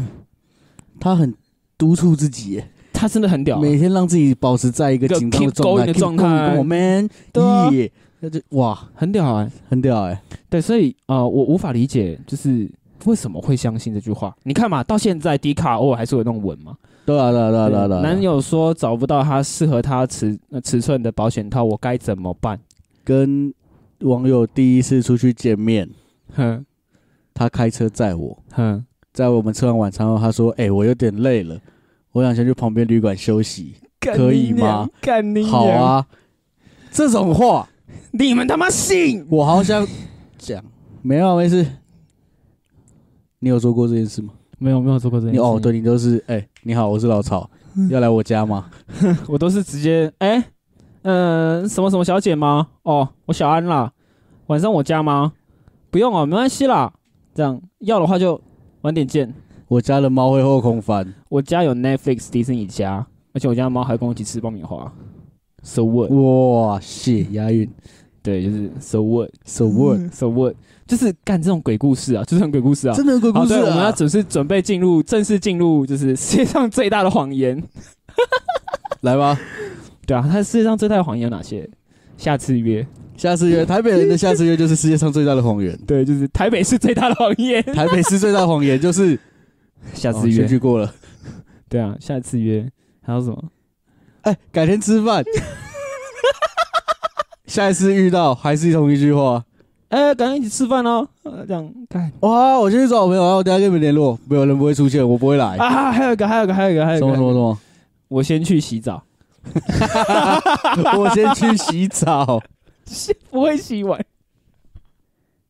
他很督促自己耶，他真的很屌啊、每天让自己保持在一个一个紧张的 keep going 状态的状态我 man，对啊耶，那就哇，很屌哎、很屌哎，对，所以呃，我无法理解就是为什么会相信这句话。你看嘛，到现在迪卡偶尔还是有那种文嘛，对啊，对啊，对啊，对啊，对啊。男友说找不到他适合他尺呃尺寸的保险套，我该怎么办？跟网友第一次出去见面，哼他开车载我，哼，在我们吃完晚餐后，他说：“哎、我有点累了，我想先去旁边旅馆休息。可以吗？干你”娘好！啊，这种话你们他妈信？我好想讲，没有啊没事。你有做过这件事吗？没有没有做过这件你事。哦，对，你都是哎、你好，我是老曹，要来我家吗？我都是直接哎，嗯、什么什么小姐吗？哦，我小安啦。晚上我家吗？不用哦，没关系啦。这样要的话就晚点见。我家的猫会后空翻，我家有 Netflix、迪士尼家，而且我家的猫还跟我一起吃爆米花。So what？哇，谢押韵对，就是 So what？So ，so 嗯 what？ what？就是干这种鬼故事啊，就是很鬼故事啊。 真的有鬼好，故事、对，啊我们要准是准备进入正式进入， 就是世界上最大的谎言。来吧，对啊，它世界上最大的谎言有哪些？下次约。下次 约台北人的下次约就是世界上最大的 谎言。对，就是台北是最大的谎言。台北市最大的谎言就是下哦选举过了，对啊，下次约还有什么？哎，改天吃 饭。下一次遇到还是同一句话，哎、赶紧一起吃饭哦。呃这样干哇，我先去找我朋友，然后我等一下跟你们联络，哎没有人不会出现，我不会来。啊！还有一个，还有一个，还有一个，还有一哎什个，么什么什么？我先去洗 澡，我先去洗澡，不会洗 碗。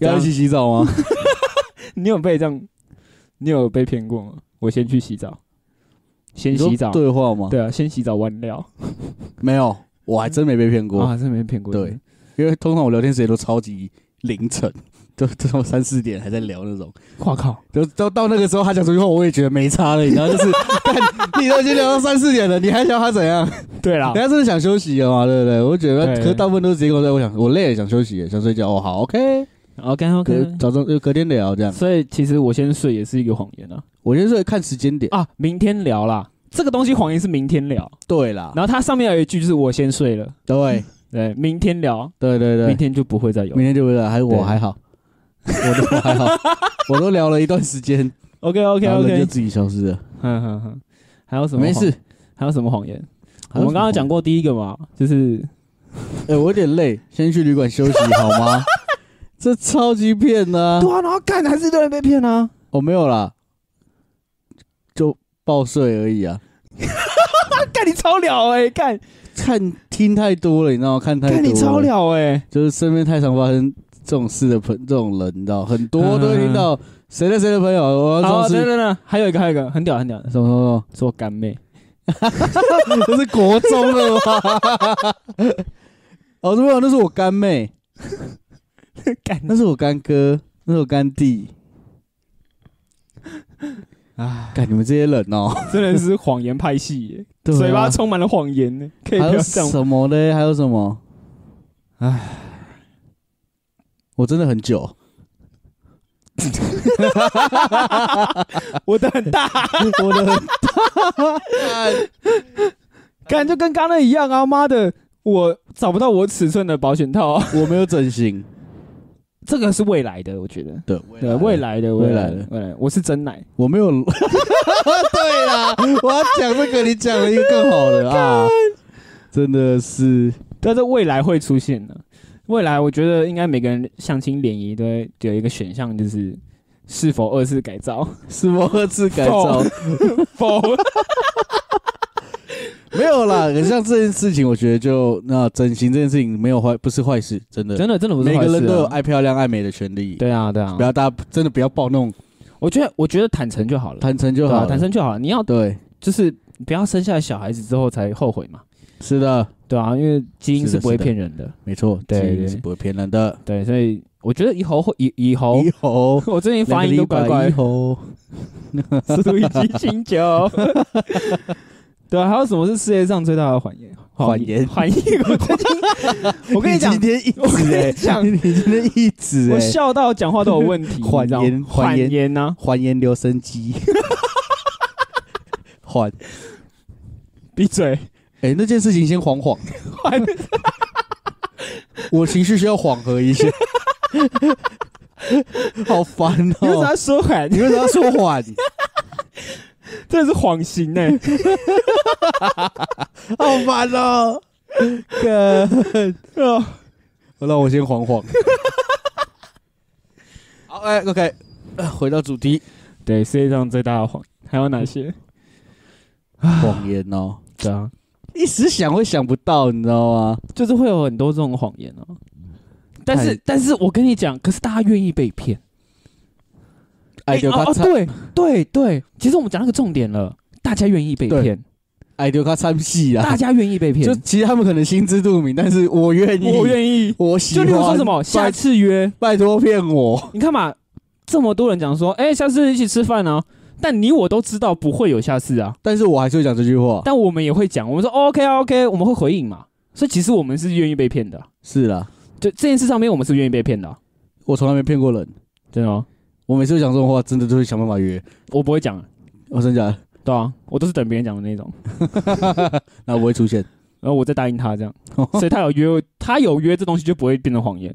要一起洗澡吗？啊你有被这样？你有被骗过吗？我先去洗澡，先你说洗澡。对话吗？对啊，先洗澡完料没有，我还真没被骗啊，过，还是没骗过。对，因为通常我聊天时间都超级凌晨， 都都到三四点还在聊那种。我靠，就到到那个时候，他讲这句话，我也觉得没差了，你知道，就是 干你都已经聊到三四点了，你还想他怎样？对啦 人，家真的想休息了嘛，对不对？我觉得，对可是大部分都是直接跟我说，我想我累了，想休息，想睡觉。哦，好，OK， OK 隔 OK。早上呃隔天聊这样。所以其实我先睡也是一个谎言啊我先睡，看时间点。啊，明天聊啦。这个东西谎言是明天聊，对啦，然后它上面有一句就是我先睡了，对对，明天聊，对对明对，天就不会再有明。天就不了，还对我还好，我都我 还好，我都聊了一段时间， OK OK 然后人就 OK，自己消失了，哼哼哼，嗯还有什么？没事。。还有什么谎言？我还有什么们刚刚讲过第一个嘛，就是哎，我有点累，先去旅馆休息好 吗？这超级骗呢。啊，然后干还是有人被骗啊。哦，没有啦，就报税而已啊。干你超了哎，干看听太多了，你知道吗？看太多干了，你超了哎，就是身边太常发生这种事的朋，这种人，你知道，很多都会听到谁的谁的朋友，我嗯要好，重等视等等，还有一个，还有一个很屌很屌，什么做干妹，什么， 这是国中的吗？ 哦，对啊，那是我干妹，干那是我 干哥，那是我干弟。 啊，干你们这些人 哦，真的是谎言派系耶， 对啊嘴巴充满了谎言呢，可以还不有要这样。什么嘞？还有什么？唉，我真的很久。 我的很大，我的很大，干就跟刚刚那一样啊，妈的，我找不到我尺寸的保险套啊，我没有整形，这个是未来的，我觉得。对，对，未，来的，未未来来的的，未来的，我是真奶。我没有。对啦，我要讲这个，你讲了一个更好的啊，真的是但是未来会出现的。未来我觉得应该每个人相亲联谊都会有一个选项，就是是否二次改造，是我二次改造， 否 没有啦。可是像这件事情，我觉得就那整形这件事情没有坏，不是坏事，真的。真的真的不是每坏个事啊人都有爱漂亮、爱美的权利。对啊对啊不，要大家真的不要抱那种我觉得我觉得坦诚就好了，坦诚就对啊好了，坦诚就好了。你要对，就是不要生下来小孩子之后才后悔嘛，是的，对啊，因为基因是的是不会是的骗人的，没错，对基因对是不会骗人的。对，所以我觉得以后会以以后猕，猴， 我最近哦发音两个都礼拜怪怪猕，猴。 速度与激情九。 对啊，还有什么是世界上最大的谎言？谎言谎言！我最近，我我跟你讲今，天一直我跟你欸讲你今天一直我哎，笑到讲话都有问 题。谎言你知道吗谎谎言言啊呢？还原留声机， 还闭嘴！哎、那件事情先缓缓， 我情绪需要缓和一下， 好烦你为哦、啥说谎？啊 你为啥说缓？真的是晃形哎、好烦哦、 对啊让我先晃晃。 好，哎、o k 回到主题， 对，世界上最大的谎还有哪些？谎言哦、对啊，一时想会想不到，你知道吗？就是会有很多这种谎言啊。但是太，但是我跟你讲，可是大家愿意被骗。爱丢哎卡哦哦参，对对对，其实我们讲那个重点了，大家愿意被对骗，爱丢卡参戏啊大！家愿意被骗就，其实他们可能心知肚明，但是我愿意，我愿意。我喜就欢。例如说什么，下拜次约，拜托骗我，你看嘛，这么多人讲说，哎、下次一起吃饭啊。但你我都知道不会有下次啊，但是我还是会讲这句话。但我们也会讲，我们说 OK 啊 OK，我们会回应嘛。所以其实我们是愿意被骗的啊、是啦，就这件事上面，我们是愿意被骗的啊、我从来没骗过人，真的吗？我每次会讲这种话，真的都会想办法约。我不会讲，我、真假的？对啊，我都是等别人讲的那种，那我会出现。然后我再答应他这样，所以他有约，他有约这东西就不会变成谎言，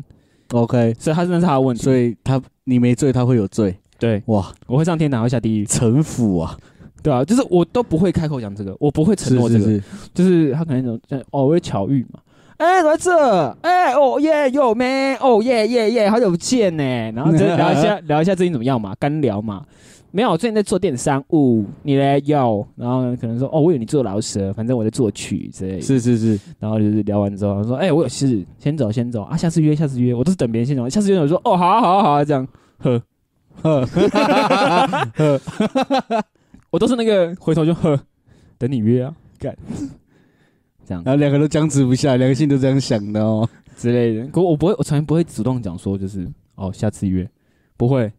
OK，所以他真的是他的问题。所以他你没罪，他会有罪。对哇，我会上天堂，会下地狱，城府啊，对啊，就是我都不会开口讲这个，我不会承是诺这是个，是，就是他可能讲哦，我会巧遇嘛。哎，来这，哎，哦耶，哟咩，哦耶耶耶，好久不见呢。然 后就聊一下，聊一下最近怎么样嘛，干聊嘛。没有，我最近在做电商务，你嘞要，然后可能说哦，我以为你做饶舌，反正我在作曲之类的。是是是，然后就是聊完之后，他说：“哎、我有事，先走先走啊，下次约，下次约。”我都是等别人先走，下次约我说：“哦，好啊，好啊，好啊，这样。”呵，呵， 我都是那个回头就呵，等你约啊，干然后两个都僵持不下，两个心里都这样想的哦。之类的。可我不会，我从来不会主动讲说就是哦，下次约，不会，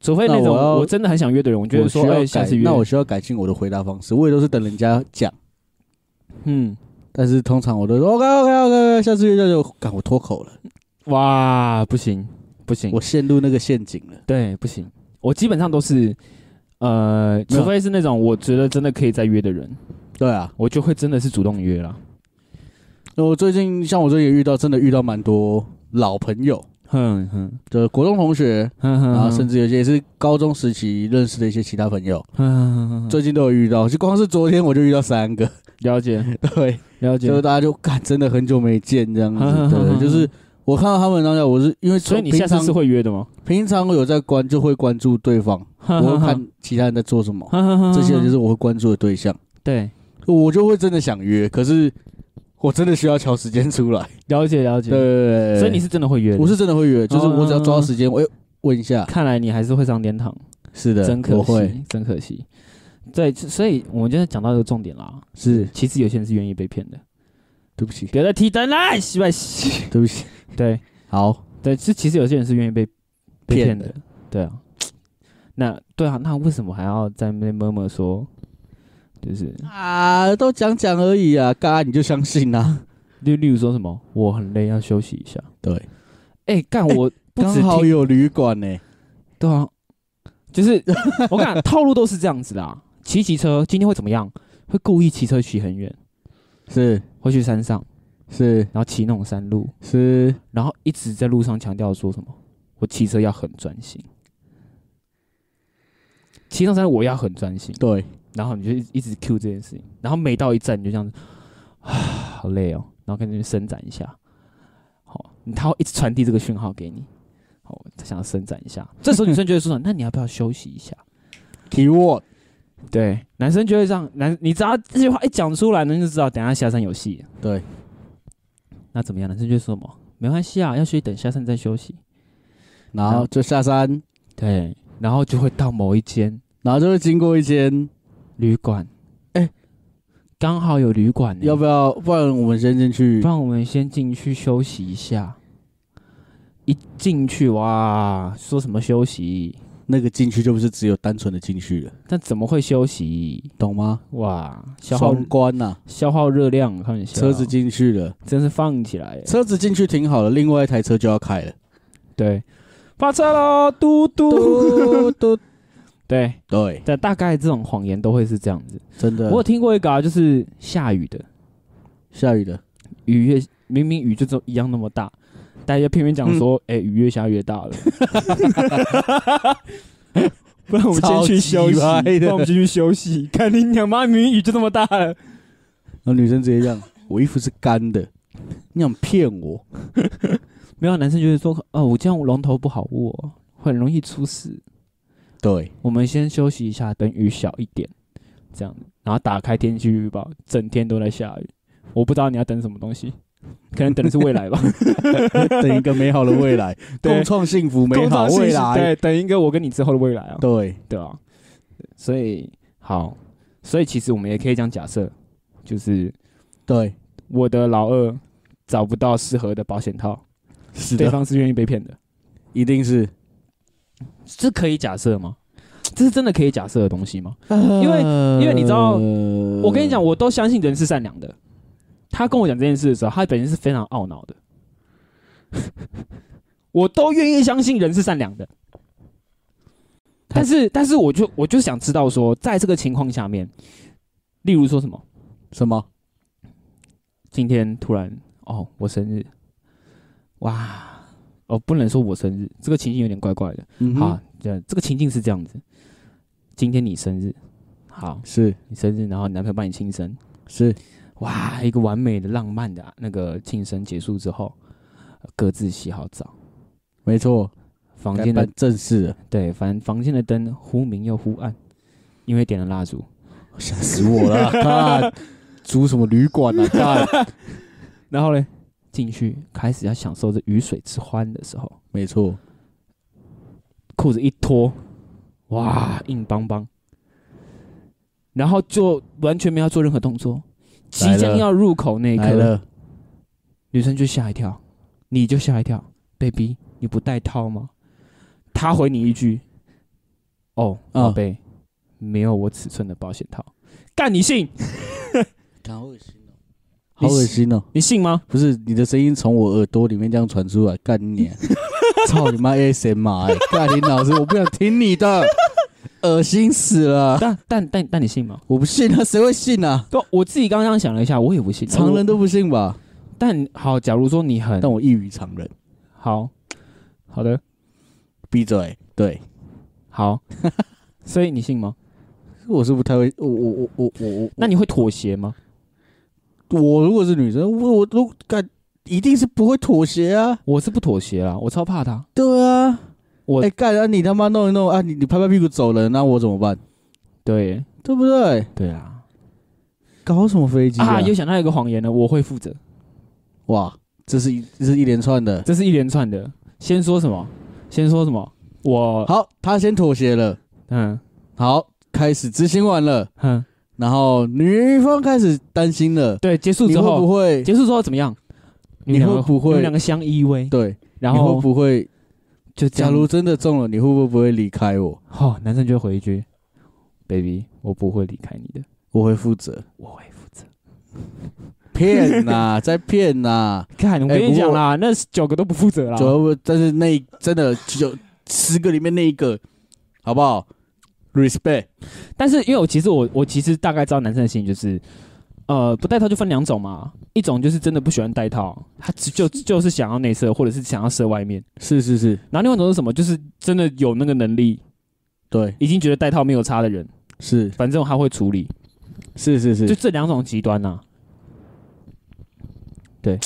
除非那那种我要我真的很想约的人，我就会说：“我需哎、要下改次约。”那我需要改进我的回答方式。我也都是等人家讲，嗯，但是通常我都说 OK OK OK，下次约下次约。干，我脱口了，哇，不行不行，我陷入那个陷阱了。对不行，我基本上都是呃，没有除非是那种我觉得真的可以再约的人，对啊，我就会真的是主动约了。那我最近像我最近也遇到，真的遇到蛮多老朋友，哼哼就是国中同学，哼嗯哼，然后甚至至有些也是高中时期认识的一些其他朋友，嗯哼最近都有遇到。就光是昨天我就遇到三个，了 解对，了解就是，大家就干，真的很久没见这样子，嗯嗯嗯嗯对，嗯就是我看到他们当下，我是因为所以你平下次常是会约的吗？平常我有在关，就会关注对方，嗯我会看其他人在做什么，这些人就是我会关注的对象，对，我就会真的想约，可是我真的需要调时间出来，了解了解对，对，对所以你是真的会约的，我是真的会约，就是哦我只要抓到时间，我哎问一下，看来你还是会上天堂，是的，真可我会惜，真可惜。对，所以我们今天讲到一个重点啦，是，其实有些人是愿意被骗的，对不起，别再提灯啦，西拜西。对不起， 对好，对，是其实有些人是愿意被被骗骗的，对啊。那对啊，那为什么还要在那边默默说？就是啊，都讲讲而已啊，嘎你就相信啊啦，例例如说什么，我很累，要休息一下。对，哎、干哎我不刚止好听，有旅馆呢，对啊，就是我看套路都是这样子啦。骑骑车今天会怎么样？会故意骑车骑很远，是会去山上，是然后骑那种山路，是。然后一直在路上强调说什么，我骑车要很专心，骑上山路我要很专心，对，然后你就一直一直 Q 这件事情，然后每到一站你就这样子， 啊，好累哦，然后跟那边伸展一下，好，他会一直传递这个讯号给你，好，我想要伸展一下，这时候女生就会说，那你要不要休息一下？提我对，男生就会让男，你只要这句话一讲出来，男生就知道等一下下山有戏。对，那怎么样？男生就说什么？没关系啊，要休息，等下山再休息。然后就下山，对，然后就会到某一间然后就会经过一间，旅馆，哎刚好有旅馆呢、欸要不要？不然我们先进去不。然我们先进去休息一下。一进去哇，说什么休息？那个进去就不是只有单纯的进去了，但怎么会休息？懂吗？哇，消耗双关呐、消耗热量，我看一下车子进去了，真是放起来耶。欸车子进去停好了，另外一台车就要开了。对，发车喽，嘟嘟。嘟嘟， 对， 对，但大概这种谎言都会是这样子。真的。我有听过一个啊，就是下雨的下雨了，雨越明明雨就只有一样那么大，嗯 但就偏偏讲说，哎、雨越下越大了。不然我们先去休息，超级歪的不然我们先去休息。看你娘妈，明明雨就这么大了，然后女生直接这样，我衣服是干的，你想骗我？没有男生就会说，哦，我这样龙头不好握，很容易出事。对，我们先休息一下，等雨小一点，这样，然后打开天气预报，整天都在下雨。我不知道你要等什么东西， 可能等的是未 来吧， 等一个美好的未来，对共创幸福美共好创信未息来。对，等一个我跟你之后的未来啊，对，对啊，所以好，所以其实我们也可以这样假设，就是对，我的老二找不到适合的保险套，是对的，方是愿意被骗的，一定是，这可以假设吗？这是真的可以假设的东西吗？因为因为你知道呃嗯我跟你讲，我都相信人是善良的。他跟我讲这件事的时候，他本身是非常懊恼的。 我都愿意相信人是善良的，但是但是我就我就想知道说，在这个情况下面，例如说什么，什么？今天突然哦，我生日，哇，哦，不能说我生日，这个情境有点怪怪的。嗯哼好，这这个情境是这样子，今天你生日，好，是你生日，然后你男朋友帮你庆生，是，哇，一个完美的、浪漫的啊那个庆生结束之后，呃各自洗好澡，没错，房该间的办正事了，对，反正房间的灯忽明又忽暗，因为点了蜡烛。吓死我 了！啊住什么旅馆 啊？干然后嘞，进去开始要享受这雨水之欢的时候，没错，裤子一脱，哇，硬邦邦，然后就完全没有做任何动作，即来将了要入口那一来刻，了，女生就吓一跳，你就吓一跳，baby，你不戴套吗？他回你一句，哦，嗯宝贝，没有我尺寸的保险套，干你信？好恶心哦，好恶心哦！你信吗？不是你的声音从我耳朵里面这样传出来，干你 娘！操你妈 ASMR！欸干你老师，我不想听 你的，恶心死了！但但但但你信吗？我不信啊，谁会信啊？啊对，我自己刚刚想了一下，我也不信，常人我。都不信吧？但好，假如说你很但我异于常人，好，好的，闭嘴。对， 好，所以你信吗？我是不太会，我我我我我我，那你会妥协吗？我如果是女生，我我都干，一定是不会妥协啊！我是不妥协啦，我超怕他。对啊，我、哎干、啊你他妈弄一弄啊，你你拍拍屁股走人，那我怎么办？对对不对？对啊，搞什么飞机啊？啊，又想到一个谎言了，我会负责。哇，这是一这是一连串的。这是一连串的。先说什么？先说什么？我好，他先妥协了，嗯好，开始执行完了，哼，然后女方开始担心了，对，结束你之会后，不会？结束之后怎么样？你们两个会不会你们两个相依偎？对，然你后会不会？就这假样如真的中了，你会不会离开我？哦，男生就会回一句：“baby，我不会离开你的，我会负责。我会负责。骗 呐，在骗呐，”看，我哎跟你不过讲啦，那九个都不负责啦主。要不，但是那一真的只有十个里面那一个，好不好？respect，但是因为我其实我我其实大概知道男生的心理就是，呃，不戴套就分两种嘛，一种就是真的不喜欢戴套，他只就就是想要内射或者是想要射外面，是是是，然后另外一种是什么？就是真的有那个能力，对，已经觉得戴套没有差的人，是反正他会处理，是是，就是这两种极端啊呐、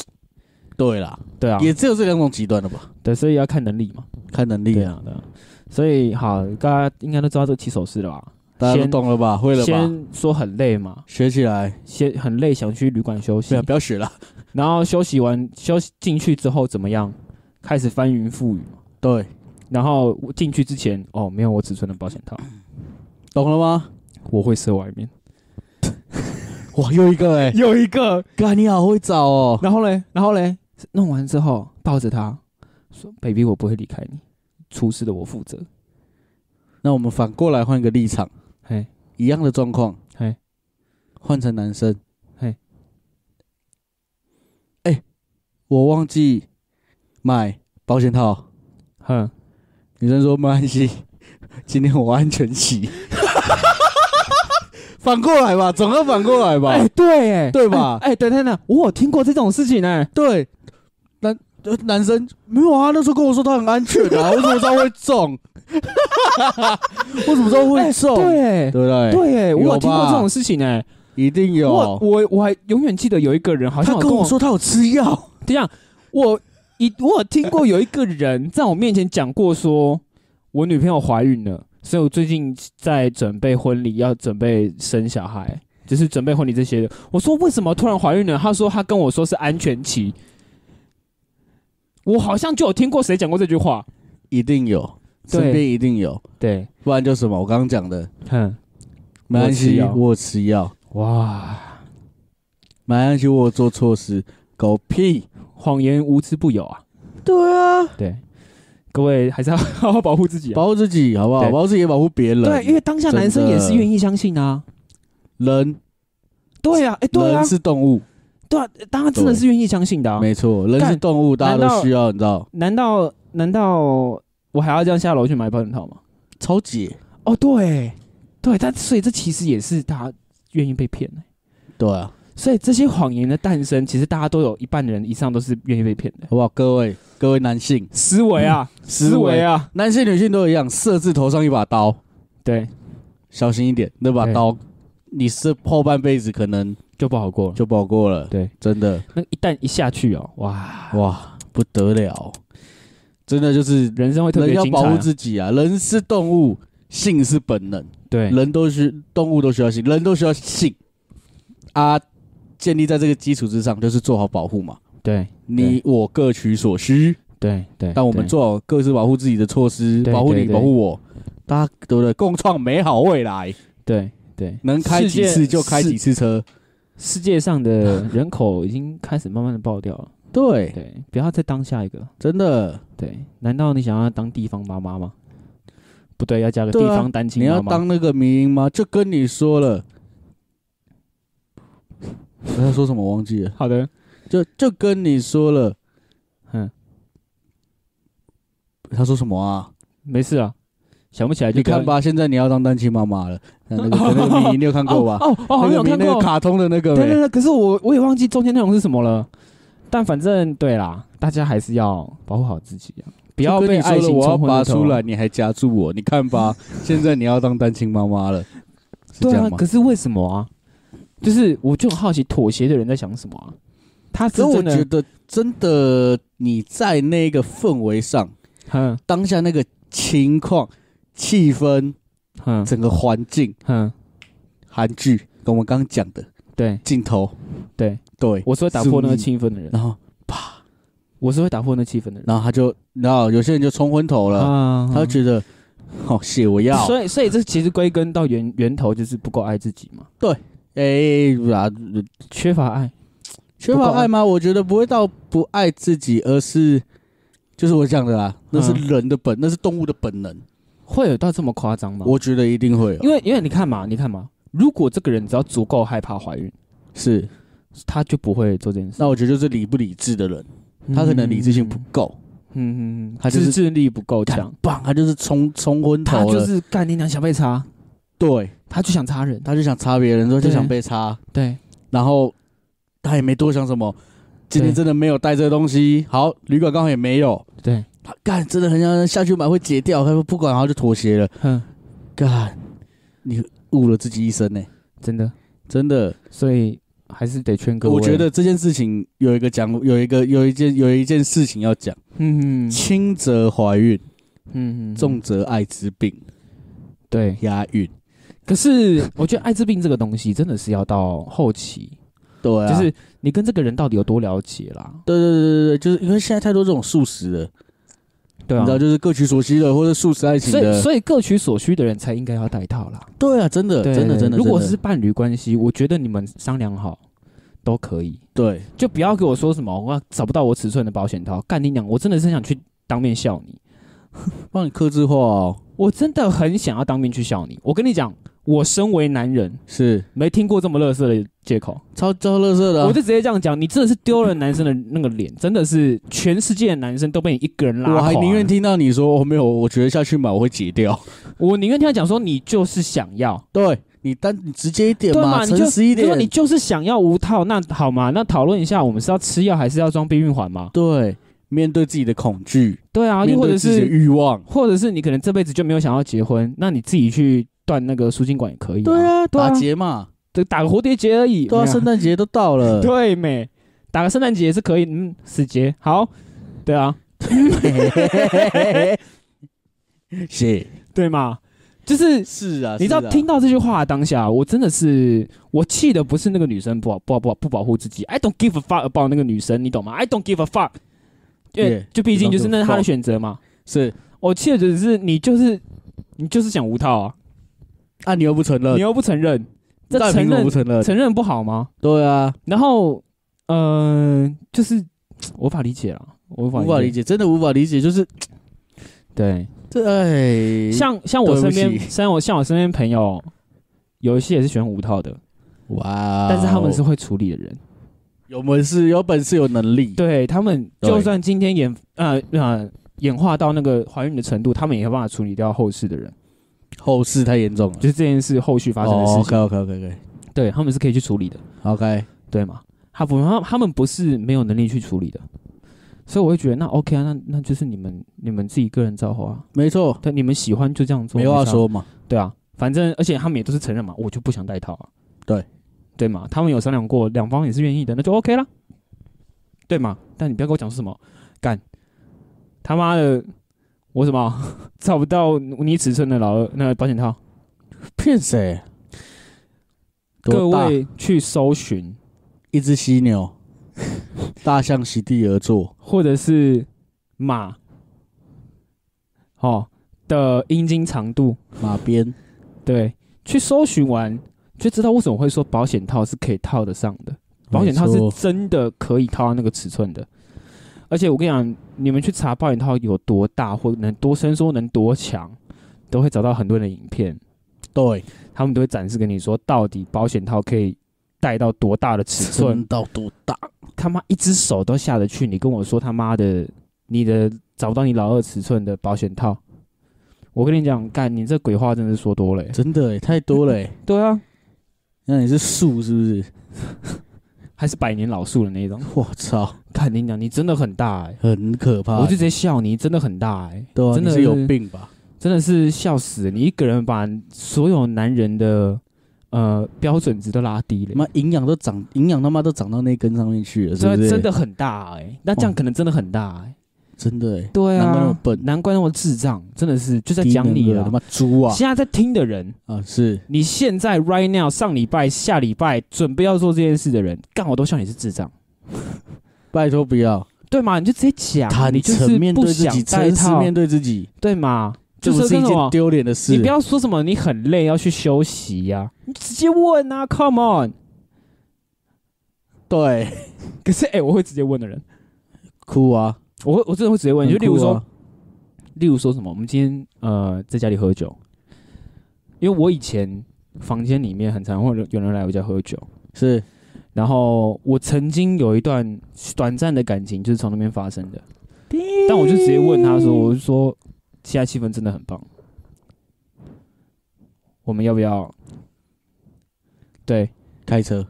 对啦，对啊，也只有这两种极端了吧？对，所以要看能力嘛。看能对力，啊，对啊。所以好，大家应该都知道这起手式了吧？大家都先懂了吧？会了吧？先说很累嘛，学起来，先很累，想去旅馆休不息要，不要学了。然后休息完休息进去之后怎么样？开始翻云覆雨嘛。对，然后我进去之前，哦，没有我尺寸的保险套，懂了吗？我会射外面。哇，又一个哎、有一个，哥你好会找哦。然后嘞，然后嘞，弄完之后抱着他说：“baby，我不会离开你，出事的我负责。那我们反过来换一个立场，”嘿，一样的状况，嘿，换成男生，嘿，哎、我忘记买保险套。哼，女生说没关系， 今天我安全期。 反过来吧，总要反过来吧。哎、对，哎，对吧哎、哎对对对，我有听过这种事情呢、对，那呃男生没有啊，那时候跟我说他很安全 啊，我怎么知道会中？ 我怎么知道会中？哎对对不哦对？对耶，我有有听过吧这种事情哎、一定我有。我我还永远记得有一个人好像他有跟我我，说他有吃药，等一下我一我有听过有一个人在我面前讲过说，我女朋友怀孕了，所以我最近在准备婚礼，要准备生小孩，就是准备婚礼这些的。我说为什么突然怀孕了？他说他跟我说是安全期。我好像就有听过谁讲过这句话，一定有，对身边一定有，对，不然就什么我刚刚讲的，哼，没关我有吃系，药我有吃药，哇，没关系，我有做错事，狗屁。谎言无知不有啊，对啊，对，各位还是要好好保护自 己、啊，保护自己好不好？对保护自己也保护别人。对，因为当下男生也是愿意相信啊。人对啊，哎、对啊人，是动物，对啊，当然真的是愿意相信的啊。没错，人是干动物，大家难道都需要，你知道？难道难道我还要这样下楼去买保险套吗？超姐，哦，对，对，但所以这其实也是他愿意被骗的、对啊，所以这些谎言的诞生，其实大家都有一半的人以上都是愿意被骗的。好不好？各位，各位男性，思维啊，嗯思维啊，男性女性都一样，设置头上一把刀，对，小心一点，那把对刀，你是后半辈子可能就不好过了。就不好过了。对，真的，那一旦一下去哦，哇，哇，不得了，真的就是人生会特人别要精彩保啊、护自己啊，人是动物，性是本能，对，人都需动物都需要性，人都需要性啊，建立在这个基础之上，就是做好保护嘛，对，你我各取所需。对，对。但我们对，做好各自保护自己的措施，对保护你，对对保护我，大家对不对？共创美好未来，对对，能开几世界次就开几次车。世界上的人口已经开始慢慢的爆掉了。对，对，不要再当下一个。真的，对，难道你想要当地方妈妈吗？不对，要加个地对啊方单亲你妈要妈。当那个迷音吗？就跟你说了，我在说什么我忘记了，好的，就就跟你说了，嗯，他说什么啊？没事啊，想不起来就你看吧，现在你要当单亲妈妈了，那那个跟 那个迷音你有看不要。过吧？哦哦，好像那有个迷看那个过。卡通的那欸个对对没，对，可是我我也忘记中间内容是什么了。但反正对啦，大家还是要保护好自己啊，不不要被爱情我要冲昏拔了头啊出来，。你还夹住我，你 看吧，现在你要当单亲妈妈了，是这对啊样，吗可？是为什么啊？就是我就很好奇，妥协的人在想什么啊？他是所以我真的觉得真的你在那个氛围上，哼当下那个情况、气氛、哼整个环境，哼，韩剧跟我们刚刚讲的对镜头，对，对，我是会打破那个气氛的人，然后我是会打破那气氛的人。然后他就，然后有些人就冲昏头了，啊他就觉得，好、谢我要，所以所以这其实归根到源源头就是不够爱自己嘛，哎、啊，缺乏爱。缺乏爱吗？我觉得不会到不爱自己，而是就是我讲的啦，那是人的本，那是动物的本能，会有到这么夸张吗？我觉得一定会有，因为因为你看嘛，你看嘛，如果这个人只要足够害怕怀孕，是，他就不会做这件事。那我觉得就是理不理智的人，他可能理智性不够，嗯，嗯嗯嗯，他就自是制力不够干强，棒，他就是冲冲昏头他了，就是干你娘想被插，对，他就想插人。他就想插别人，所以就对想被插，对然后他也没多想什么，今天对真的没有带这个东西，好，旅馆刚好也没有，对，他干真的很想下去买会解掉，他说不管，然后就妥协了，哼，干，你误了自己一生呢、真的，真的，所以还是得劝各位。我觉，得这件事情有一个讲，有一个有一件有一件事情要讲，嗯嗯轻则怀孕，嗯，嗯重则艾滋病，对押韵，可是我觉得艾滋病这个东西真的是要到后期，对啊，就是你跟这个人到底有多了解啦？对对对对对，就是因为现在太多这种素食了，对你啊知，道，就是各取所需的，或者素食爱情所以的，所以各取所需的人才应该要带套啦。对啊，真的对真的对真的，如果真的是伴侣关系，我觉得你们商量好都可以，对就不要给我说什么我找不到我尺寸的保险套，干你娘！我真的是想去当面笑你，帮你克制化哦，我真的很想要当面去笑你。我跟你讲，我身为男人，是没听过这么乐色的借口。超超乐色的啊、我就直接这样讲，你真的是丢了男生的那个脸，真的是全世界的男生都被你一个人拉垮我了。还宁愿听到你说哦我没有，我觉得下去买我会解掉。我宁愿听他讲说你就是想要，对你单你直接一点对嘛？嘛，你诚就实一你说点。你就是想要无套，那好嘛？那讨论一下，我们是要吃药还是要装避孕环吗？对，面对自己的恐惧，对啊，又面或对者自己的是欲望，或者是你可能这辈子就没有想要结婚，那你自己去断那个输精管也可以、对啊，啊，对啊打劫嘛，对，打个蝴蝶结而已。对啊，没有圣诞节都到 嗯了，对没？打个圣诞节也是可以，嗯，死结好，对啊， 是对嘛，就是是啊，你知道是啊听到这句话的当下，我真的是我气的不是那个女生不好不好不好不保护自己，I don't give a fuck about 那个女生，你懂吗？I don't give a fuck，因为 Yeah，就毕竟就是那是 you don't give a 她的 fuck 选择嘛。是我气的只是你就是你就是想无套啊，啊，你又不承认你，又不承认，这到底承凭什么认不承认？承认不好吗？对啊，然后呃，就是我无法理解了，我无法无法理解。解，真的无法理解，就是对，这哎，像像我对身不边，起像我像我身边朋友，有一些也是喜欢无套的，哇哦，但是他们是会处理的人。有本事、有本事、有能力，对他们，对就算今天演呃呃演化到那个怀孕的程度，他们也有办法处理掉后世的人，后事太严重了哦就。是这件事后续发生的事情， OK OK OK 哦对他们是可以去处理的， OK，对吗？他不，他他们不是没有能力去处理的，所以我会觉得那 OK 啊，那那就是你们你们自己个人造化啊，没错，但你们喜欢就这样做，没话事啊说嘛。对啊，反正而且他们也都是承认嘛，我就不想戴套啊。对，对嘛，他们有商量过，两方也是愿意的，那就 OK 啦。对嘛，但你不要跟我讲是什么干他妈的，我什么 找不到你尺寸的老二那个保险套？骗谁？各多大？位去搜寻，一只犀牛，大象席地而坐，或者是马，哦的阴茎长度，马鞭。对，去搜寻完就知道为什么会说保险套是可以套得上的。保险套没是错真的可以套到那个尺寸的。而且我跟你讲，你们去查保险套有多大，或能多伸缩，能多强，都会找到很多人的影片，对，他们都会展示给你说，到底保险套可以带到多大的尺寸 寸。到多大？他妈一只手都下得去，你跟我说他妈的，你的找不到你老二尺寸的保险套，我跟你讲，干你这鬼话真的是说多了、欸。真的耶太多了耶。对啊， 那你是树是不是？还是百年老树的那种。我操，看你讲，你真的很大哎、很可怕耶。我就直接笑你，真的很大哎、对啊，真你的是有，病吧？真的是笑死！你一个人把所有男人的呃标准值都拉低了、妈营养都长，营养他妈都长到那根上面去了，是这不是？哦真的很大哎、那这样可能真的很大哎、真的欸耶，对难怪那啊么，笨，难怪那么智障，真的是就在低讲能你儿了他。妈猪啊现在在听的人，啊是。你现在 right now 上礼拜、下礼拜准备要做这件事的人，干我都笑你是智障，拜托不要，对吗？你就直接讲，坦你就诚是面不对自想己，戴诚实套，面对自己，对吗？这就不是跟一什么件丢脸的事。啊你不要说什么你很累要去休息呀、你直接问啊，Come on！对可是哎、欸我会直接问的人，哭啊，我会我真的会直接问，很就例如酷说，啊例如说什么，我们今天呃在家里喝酒，因为我以前房间里面很常会有有人来我家喝酒，是然后我曾经有一段短暂的感情就是从那边发生的，但我就直接问他说，我就说现在气氛真的很棒，我们要不要？对开车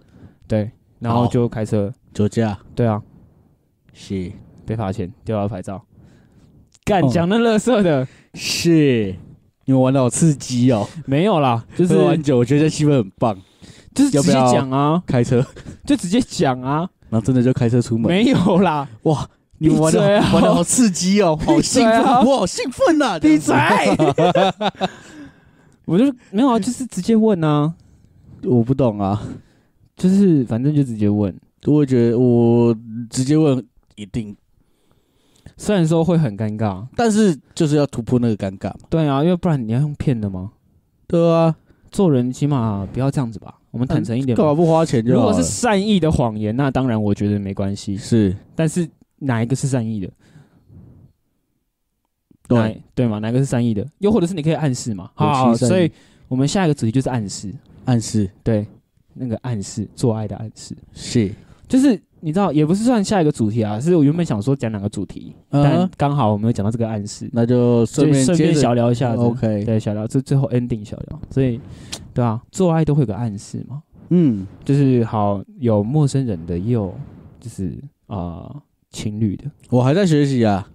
对，然后好就开车，酒驾对啊，是被罚钱，丢掉牌照。干哦讲那乐色的、是，你们玩的好刺激哦！没有啦，就是喝完酒，我觉得气氛很棒，就是直要不接要讲啊，开车，就直接讲啊，然后真的就开车出门，没有啦，哇！你们玩的闭嘴啊玩的好刺激哦，好兴奋， 闭嘴啊我好兴奋呐！ 闭嘴！啊 我就没有啊，就是直接问啊，我不懂啊，就是反正就直接问，我会觉得我直接问一定，虽然说会很尴尬，但是就是要突破那个尴尬嘛。对啊，因为不然你要用骗的吗？对啊，做人起码不要这样子吧，我们坦诚一点干嘛吧。不花钱就啊如好果了？是善意的谎言，那当然我觉得没关系，是，但是哪一个是善意的？对，哪对嘛？哪个是善意的？又或者是你可以暗示嘛？有好好，欺善意所以我们下一个主题就是暗示，暗示对，那个暗示，做爱的暗示，是，就是你知道，也不是算下一个主题啊，是我原本想说讲哪个主题，但嗯，刚好我们有讲到这个暗示，那就所顺以便顺接便着小聊一下子 OK，对，小聊，这最后 ending 小聊，所以对啊，做爱都会有个暗示嘛，嗯，就是好有陌生人的，也有就是啊、呃情侣的。我还在学 习啊，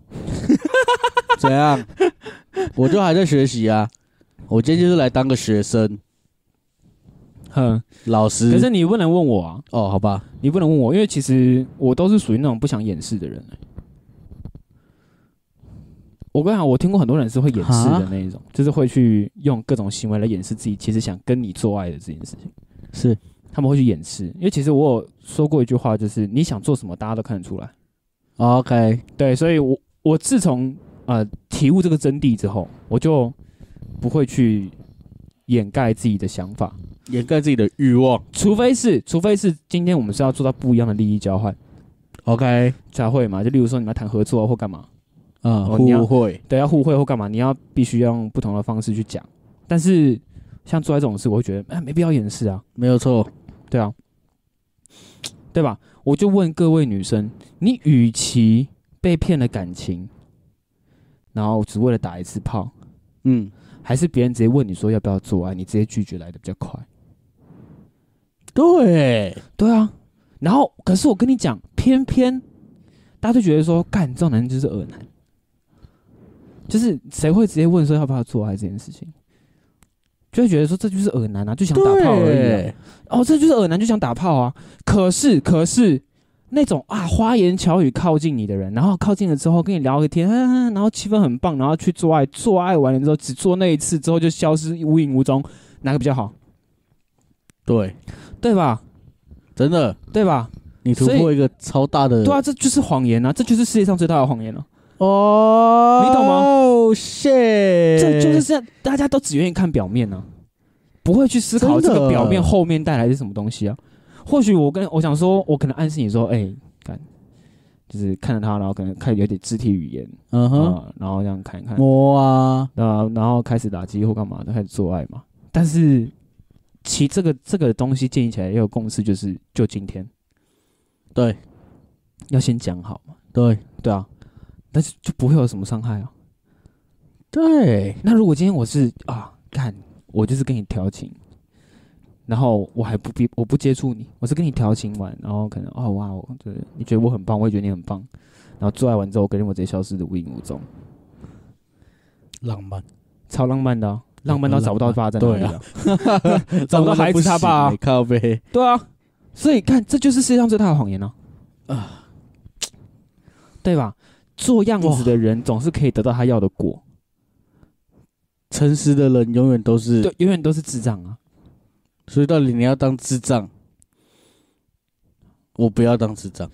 怎样？我就还在学习啊，我今天就是来当个学生，哼，老可师。是你不能问我啊，哦，好吧，你不能问我，因为其实我都是属于那种不想掩饰的人、我跟你讲，我听过很多人是会掩饰的哈那一种，就是会去用各种行为来掩饰自己其实想跟你做爱的这件事情，是他们会去掩饰。因为其实我有说过一句话，就是你想做什么，大家都看得出来。哦 OK，对，所以我我自从呃体悟这个真谛之后，我就不会去掩盖自己的想法，掩盖自己的欲望。除非是除非是今天我们是要做到不一样的利益交换 OK，才会嘛，就例如说你们要谈合作或干嘛，啊，哦你要互惠。对，要互惠或干嘛，你要必须要用不同的方式去讲。但是像做爱这种事，我会觉得哎没必要掩饰啊，没有错，对啊，对吧？我就问各位女生，你与其被骗了感情，然后只为了打一次炮。嗯，还是别人直接问你说要不要做爱，你直接拒绝来的比较快。对，对啊，然后可是我跟你讲，偏偏大家就觉得说，干这种男人就是恶男，就是谁会直接问说要不要做爱这件事情，就会觉得说这就是恶男啊，就想打炮而已啊、对，哦，这就是耳男就想打炮啊。可是可是那种啊花言巧语靠近你的人，然后靠近了之后跟你聊个天，啊、然后气氛很棒，然后去做爱，做爱完了之后只做那一次之后就消失无影无踪，哪个比较好？对，对吧？真的，对吧？你突所以破一个超大的，对啊，这就是谎言啊，这就是世界上最大的谎言了、啊哦，你懂吗哦，谢，这就是这样，大家都只愿意看表面呢、不会去思考这真的个表面后面带来是什么东西啊。或许我跟我想说，我可能暗示你说，哎、看，就是看着他，然后可能开始有点肢体语言，嗯哼，啊，然后这样看一看，摸啊，那然后开始打击或干嘛的，开始做爱嘛。但是其这个这个东西建立起来也有共识，就是就今天对要先讲好嘛，对对啊，但是就不会有什么伤害啊。对，那如果今天我是啊，干，我就是跟你调情，然后我还不必我不接触你，我是跟你调情完，然后可能哦哇哦，对，你觉得我很棒，我也觉得你很棒，然后做爱完之后，跟我直接消失的无影无踪，浪漫，超浪漫的啊、浪漫到找不到爸在哪里、对啊，找不到孩子他爸啊欸靠背，对啊，所以看这就是世界上最大的谎言啊，啊，对吧？做样子的人总是可以得到他要的果，诚实的人永远都是，对，永远都是智障啊。所以到底你要当智障，我不要当智障，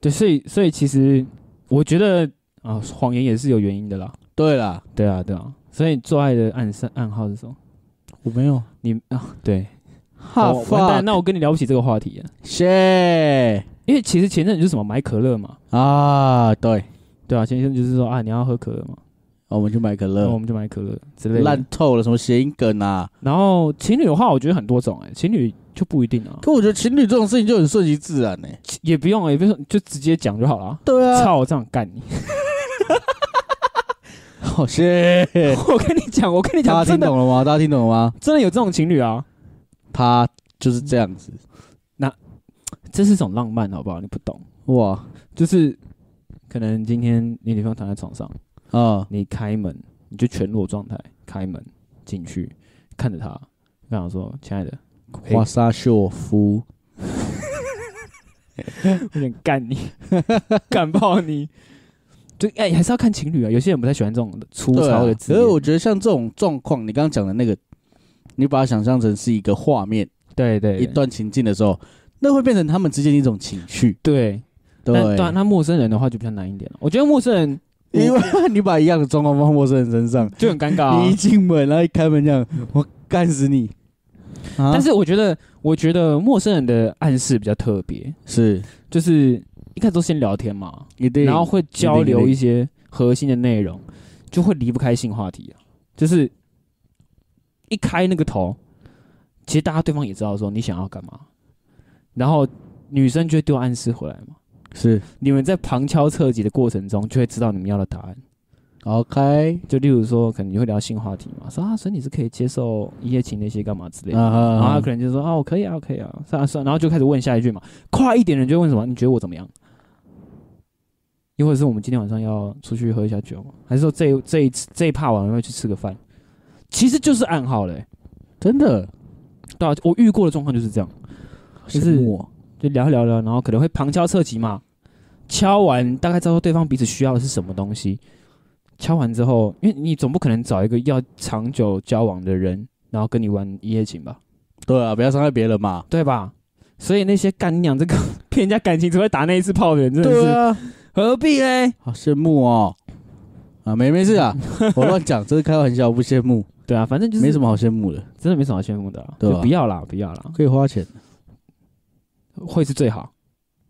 对，所以所以其实我觉得啊，谎言也是有原因的啦。对啦，对啊，对啊，所以做爱的暗示暗号是什么？我没有，你啊，对，哈哦完蛋，那我跟你聊不起这个话题啊，谢因为其实前阵子就是什么买可乐嘛，啊，对，哦对啊，前阵子就是说啊，你要喝可乐嘛，我们去买可然后我乐，们就买可乐嗯之类烂的。透了，什么谐音梗啊？然后情侣的话，我觉得很多种哎、情侣就不一定啊，可我觉得情侣这种事情就很顺其自然呢、也不用、欸、也不用就直接讲就好了啊。对， 操！我这样干你！好谢， 我跟你讲，我跟你哦大讲，家真听的懂了吗？大家听懂了吗？真的有这种情侣啊，他就是这样子，这是一种浪漫，好不好？你不懂，哇就是可能今天你女朋友躺在床上，啊、你开门，你就全裸状态开门进去，看着她，跟她说：“亲爱的，嗯，华沙秀夫，我想干你， 干爆你。”就哎、还是要看情侣啊。有些人不太喜欢这种粗对啊糙的字可是眼。我觉得像这种状况，你刚刚讲的那个，你把它想象成是一个画面，对对对一段情境的时候，那会变成他们之间的一种情绪，对，啊对，但但那陌生人的话就比较难一点了。我觉得陌生人因为你把一样的状况放在陌生人身上，就很尴 尬、啊。 你一进门，然后一开门这样，我干死你，啊但是我觉得，我觉得陌生人的暗示比较特别，是就是一开始都先聊天嘛，一定，然后会交一定流一定一些核心的内容，就会离不开性话题啊。就是一开那个头，其实大家对方也知道说你想要干嘛，然后女生就会丢暗示回来嘛。是你们在旁敲侧击的过程中，就会知道你们要的答案。 OK。就例如说，可能你会聊性话题嘛，说啊，所以你是可以接受一夜情那些干嘛之类的。然后啊他可能就说哦，我可以啊，我可以啊，算了算了，然后就开始问下一句嘛。快一点的人就会问什么？你觉得我怎么样？又或者是我们今天晚上要出去喝一下酒嘛，还是说这一这一次这一趴完了要去吃个饭，其实就是暗号嘞、真的，对啊，我遇过的状况就是这样，就是羡慕哦就聊一聊聊，然后可能会旁敲侧击嘛，敲完大概知道对方彼此需要的是什么东西，敲完之后，因为你总不可能找一个要长久交往的人，然后跟你玩一夜情吧，对啊，不要伤害别人嘛。对吧？所以那些干娘这个 骗人家感情只会打那一次炮的人，真的是、对啊，何必嘞？好羡慕哦。啊，没没事 啊，我乱讲，这是开玩笑，我不羡慕，对啊，反正就是没什么好羡慕的，真的没什么好羡慕的、啊，对吧就不要啦，不要啦，可以花钱，会是最好，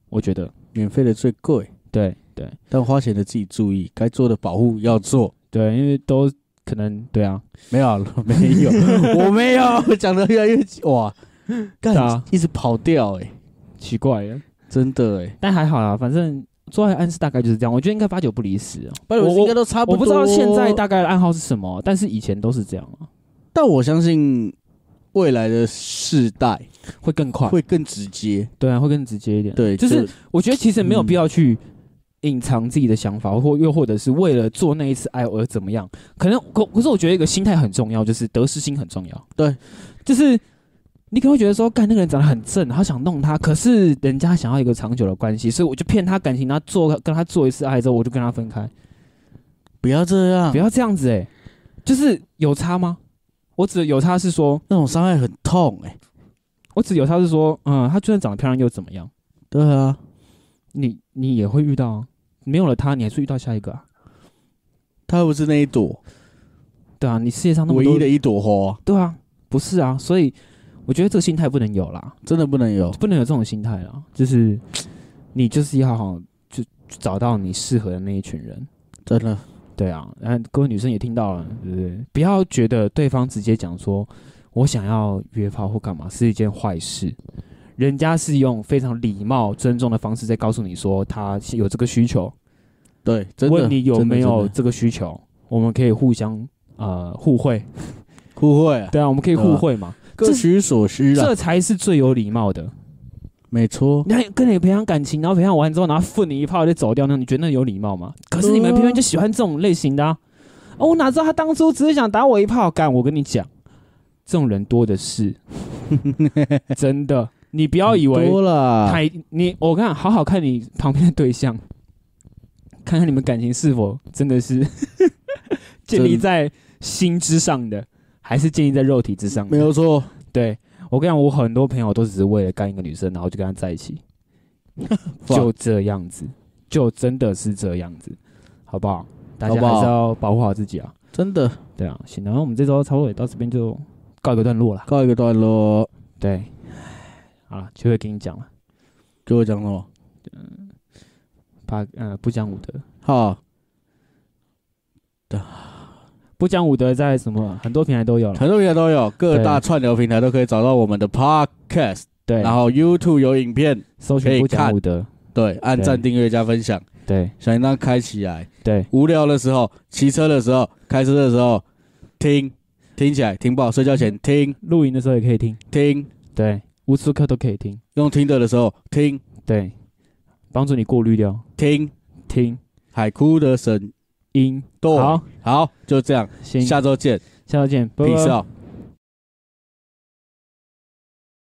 我觉得，免费的最贵，对对但花钱的自己注意，该做的保护要做。对，因为都可能对啊，没有啊，没 有，我没有，讲的越来越哇，干、对啊一直跑掉哎、奇怪了，真的哎、但还好啦，反正做爱暗示大概就是这样，我觉得应该八九不离十啊。八九十应该都差我不不知多道现在大概的暗号是什么，但是以前都是这样啊，但我相信未来的世代会更快，会更直接，对啊，会更直接一点。对，就是我觉得其实没有必要去隐藏自己的想法，或又或者是为了做那一次爱而怎么样。可能可可是我觉得一个心态很重要，就是得失心很重要。对，就是你可能会觉得说，干那个人长得很正，好想弄他，可是人家想要一个长久的关系，所以我就骗他感情，然后做跟他做一次爱之后，我就跟他分开。不要这样，不要这样子哎、就是有差吗？我指的有差是说，那种伤害很痛哎、我指的有差是说，嗯，她就算长得漂亮又怎么样？对啊，你你也会遇到、啊，没有了她，你还是遇到下一个啊。它又不是那一朵对啊，你世界上那么唯多一的一朵花，对啊，不是啊，所以我觉得这个心态不能有啦，真的不能有。不能有这种心态啦，就是你就是要好就就找到你适合的那一群人。真的，对啊，然后各位女生也听到了，对不对？不要觉得对方直接讲说我想要约炮或干嘛是一件坏事，人家是用非常礼貌、尊重的方式在告诉你说他有这个需求，对，真的。问你有真的没有真的这个需求，我们可以互相呃互惠，互惠啊？对啊，我们可以互惠嘛，各取所需啊啦这，才是最有礼貌的。没错。你看跟你培养感情，然后培养完之后，然后分你一炮就走掉，那你觉得那有礼貌吗？可是你们偏偏就喜欢这种类型的啊！哦，我哪知道他当初只是想打我一炮，干！我跟你讲，这种人多的 是，真的。你不不要以为多啊啦，太你，我看好好看你旁边的对象，看看你们感情是否真的是 建立真在心之上的，还是建立在肉体之上的？没有错。对我跟你讲，我很多朋友都只是为了干一个女生，然后就跟她在一 起，就这样子，就真的是这样子，好不好？大家好不好还是要保护好自己啊。真的对啊，行，然后我们这周差不多也到这边就告一个段落了。告一个段落。对，好了，就会跟你讲了。给我讲什么？怕呃不讲武德，好，不讲武德在什么很多平台都有了。很多平台都有，各对大串流平台都可以找到我们的 podcast，对，然后 YouTube 有影片，搜可寻以不讲看武德。对，按赞、订阅、加分享，对小铃铛开起来。对，无聊的时候、骑车的时候、开车的时候听，听起来听爆，睡觉前听露营的时候也可以听，听，对，无时无刻都可以听，用听的的时候听对，帮助你过滤掉听听海哭的声音。动。好，好，就这样，行，下周见下周见，拜拜。 ，peace out。